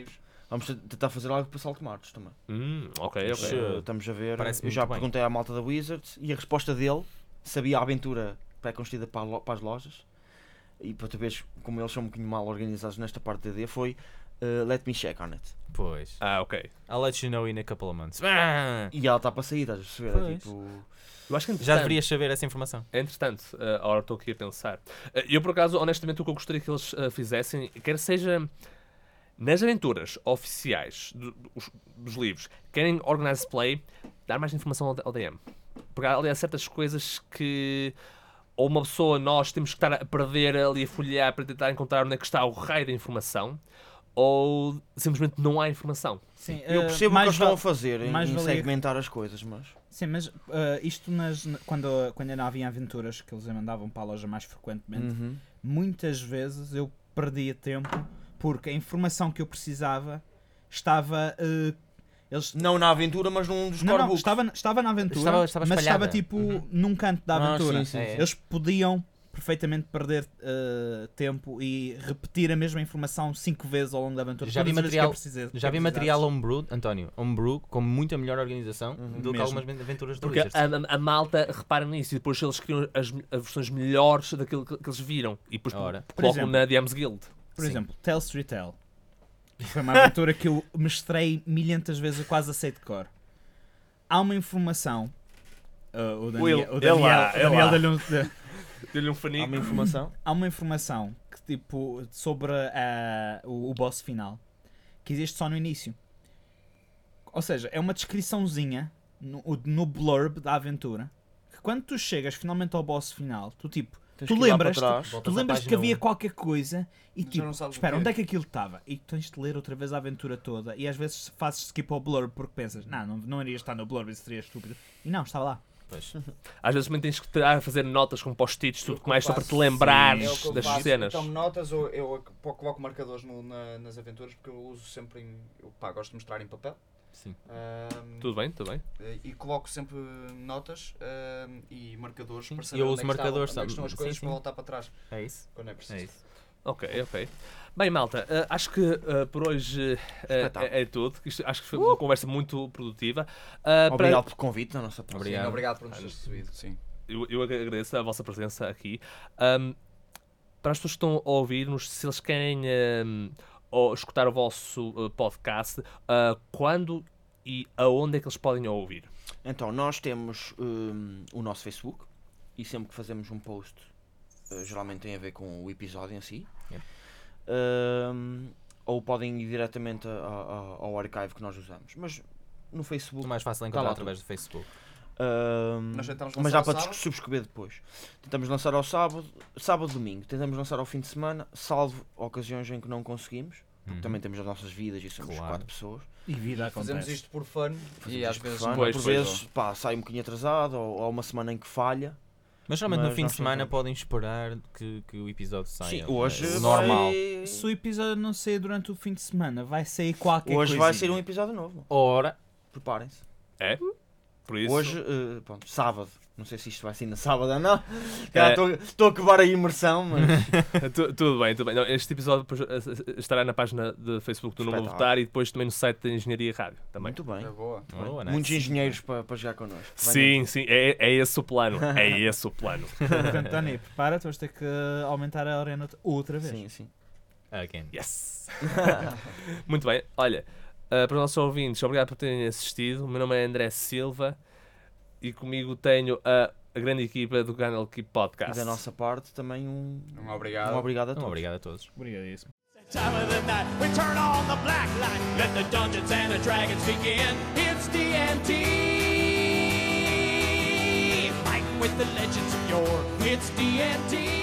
D: Vamos t- tentar fazer algo para Salto Martes também.
C: Hum, ok, ok.
G: Sure.
D: Eh, Estamos a ver.
G: Parece
D: eu já
G: muito bem.
D: perguntei à malta da Wizards e a resposta dele sabia a aventura pré-construída para, a lo- para as lojas. E para tu veres como eles são um bocadinho mal organizados nesta parte da D foi eh, Let Me Check on It.
G: Pois.
C: Ah, ok.
G: I'll let you know in a couple of months. Ah!
D: E ela está para sair, estás a perceber? É
G: Pois.
D: tipo.
C: Eu acho que
G: Já
C: entretanto-
G: deverias saber essa informação.
C: Entretanto, eh, agora estou aqui a pensar. Eh, eu, por acaso, honestamente, o que eu gostaria que eles eh, fizessem, quer seja nas aventuras oficiais do- dos, dos livros, querem Organized Play, dar mais informação ao, ao DM. Porque há, ali há certas coisas que ou uma pessoa, nós, temos que estar a perder ali a folhear para tentar encontrar onde é que está o raio da informação, ou simplesmente não há informação.
H: Sim, eh,
D: Eu percebo o que
H: mais
D: eles estão
H: val-
D: a fazer em,
H: mais
D: em
H: valia-
D: segmentar as coisas, mas.
H: Sim, mas eh, isto nas, na- quando, quando ainda havia aventuras que eles mandavam para a loja mais frequentemente,
D: Uhum.
H: muitas vezes eu perdia tempo porque a informação que eu precisava estava. eh, eles,
D: Não na aventura, mas num dos
H: não,
D: core
H: não,
D: books.
H: estava, estava na aventura,
G: Estava- estava
H: mas estava
G: espalhada.
H: tipo
C: Uhum.
H: num canto da
D: Ah,
H: aventura.
D: sim, sim,
G: É.
D: sim.
H: Eles podiam perfeitamente perder eh, tempo e repetir a mesma informação cinco vezes ao longo da aventura.
G: Já vi
H: todas as vezes que
G: material-
H: eu precisei- que
G: Já
H: eu
G: vi
H: precisasse.
G: material homebrew, António, homebrew com muita melhor organização
D: Uhum.
G: do que
H: Mesmo.
G: algumas aventuras do
C: Porque a,
G: Wizards.
C: a- a malta repara nisso e depois eles criam as, as versões melhores daquilo que, que eles viram e depois
G: Ora.
H: Por
C: colocam
H: exemplo.
C: na DMs Guild.
H: Por
G: Sim.
H: exemplo, Tell Street Tell. Foi uma aventura que eu mestrei milhentas vezes, eu quase aceito de cor. Há uma informação. ah, o Daniel,
C: Will,
H: o
C: é lá, é
H: Daniel, o Daniel
C: lá.
H: deu-lhe um- de-
C: Deu-lhe um
D: Há
C: fanico.
D: uma informação.
H: há uma informação que, tipo, sobre ah, o, o boss final que existe só no início. Ou seja, é uma descriçãozinha no, o- no blurb da aventura que quando tu chegas finalmente ao boss final, tu tipo,
D: Tens que
H: tu
D: ir lá para
H: lembras-te
D: trás.
H: tu
G: Voltas à
H: lembras que
G: página
H: havia
G: um.
H: qualquer coisa e
F: já
H: tipo,
F: não sabes o
H: espera,
F: que é.
H: onde é que aquilo estava? E tens de ler outra vez a aventura toda e às vezes fazes skip ao blurb porque pensas, não, não, não iria estar no blurb, isso seria estúpido. E não, estava lá.
G: Pois.
C: Às vezes também tens que tirar, fazer notas com post-its, tudo que mais, só para te
G: faço,
C: lembrares
F: É o que eu
C: das
F: faço.
C: cenas.
F: Tomo notas ou eu ac- pô- coloco marcadores no- na- nas aventuras porque eu uso sempre em. Eu, pá, gosto de mostrar em papel.
G: Sim.
F: Ahm,
C: Tudo bem, tudo bem.
F: eh, E coloco sempre notas ahm, e marcadores
G: Sim,
F: para
G: e
F: saber
G: eu
F: onde
G: uso
F: é que estavam,
G: marcadores,
F: onde é que estão as
G: sabe?
F: coisas
G: Sim,
F: para
G: sim.
F: voltar para trás
G: É isso?
F: quando é preciso.
G: É isso.
C: Ok, ok. Bem, malta, eh, acho que eh, por hoje eh,
D: Espetáculo.
C: é, é tudo. Isto- acho que foi uma conversa muito produtiva. Ah, para-
D: Obrigado pelo convite na nossa parte.
F: Sim,
G: Obrigado.
F: Então, obrigado por nos teres recebido. Sim.
C: eu, eu agradeço a vossa presença aqui. Ahm, para as pessoas que estão a ouvir-nos, se eles querem ahm, ou escutar o vosso eh, podcast, ah, quando e aonde é que eles podem ouvir?
D: Então, nós temos hum, o nosso Facebook e sempre que fazemos um post, eh, geralmente tem a ver com o episódio em si.
G: Yep.
D: Hum, ou podem ir diretamente a- a- ao archive que nós usamos. Mas no Facebook.
G: Muito mais fácil é
D: Tá
G: encontrar
D: lá
G: através do Facebook.
D: hum,
F: Nós tentamos
D: mas
F: lançar
D: dá
F: ao
D: para
F: sábado.
D: subscrever depois. Tentamos lançar ao sábado, sábado, domingo. Tentamos lançar ao fim de semana, salvo ocasiões em que não conseguimos.
G: Uhum.
D: Porque Uhum. também temos as nossas vidas e somos
G: Claro.
D: quatro pessoas.
H: E vida acontece.
F: Fazemos isto por fun e
D: Fazemos
F: às
D: isto por
F: vezes
D: fã,
F: não
C: Pois,
D: por
C: pois,
D: vezes pá, sai um bocadinho atrasado ou há uma semana em que falha.
G: Mas geralmente
D: Mas
G: no fim de
D: nós
G: semana
D: tentamos.
G: podem esperar que, que o episódio saia.
D: Sim, hoje
G: É
D: vai-
G: o normal.
H: Se o episódio não sair durante o fim de semana, vai sair qualquer
D: Hoje
H: é coisinha.
D: vai ser um episódio novo.
G: Ora,
D: Preparem-se.
C: Por isso,
D: Hoje, eh, pronto, sábado. Não sei se isto vai ser na sábado ou não. Estou a acabar a imersão, mas.
C: tu- tudo bem, tudo bem. Não, este episódio depois, eh, eh, estará na página de Facebook do Número
D: Espetáculo.
C: Votar e depois também no site da Engenharia Rádio. Também.
D: Muito bem.
F: É boa.
D: muito bem.
G: Boa, né? nice.
D: Muitos engenheiros para, para jogar connosco. Vai
C: Sim, sim, é, é esse o plano. É esse o plano.
H: Portanto, Tony, prepara-te, vais ter que eh, aumentar a arena outra
D: ter-
H: vez.
D: Sim, sim.
G: again.
C: Yes! Muito bem, olha, ah, para os nossos ouvintes, obrigado por terem assistido. O meu nome é André Silva e comigo tenho a, a grande equipa do Canal Keep
D: E
C: Podcast.
D: da nossa parte também um.
F: Um obrigado.
D: Um obrigado a
G: Então,
D: todos.
G: obrigado a todos.
H: Obrigadíssimo.
B: Time of the night, we turn on the black light. Let the dungeons and the dragons begin. It's DNT. Fighting with the legends of yore. It's DNT.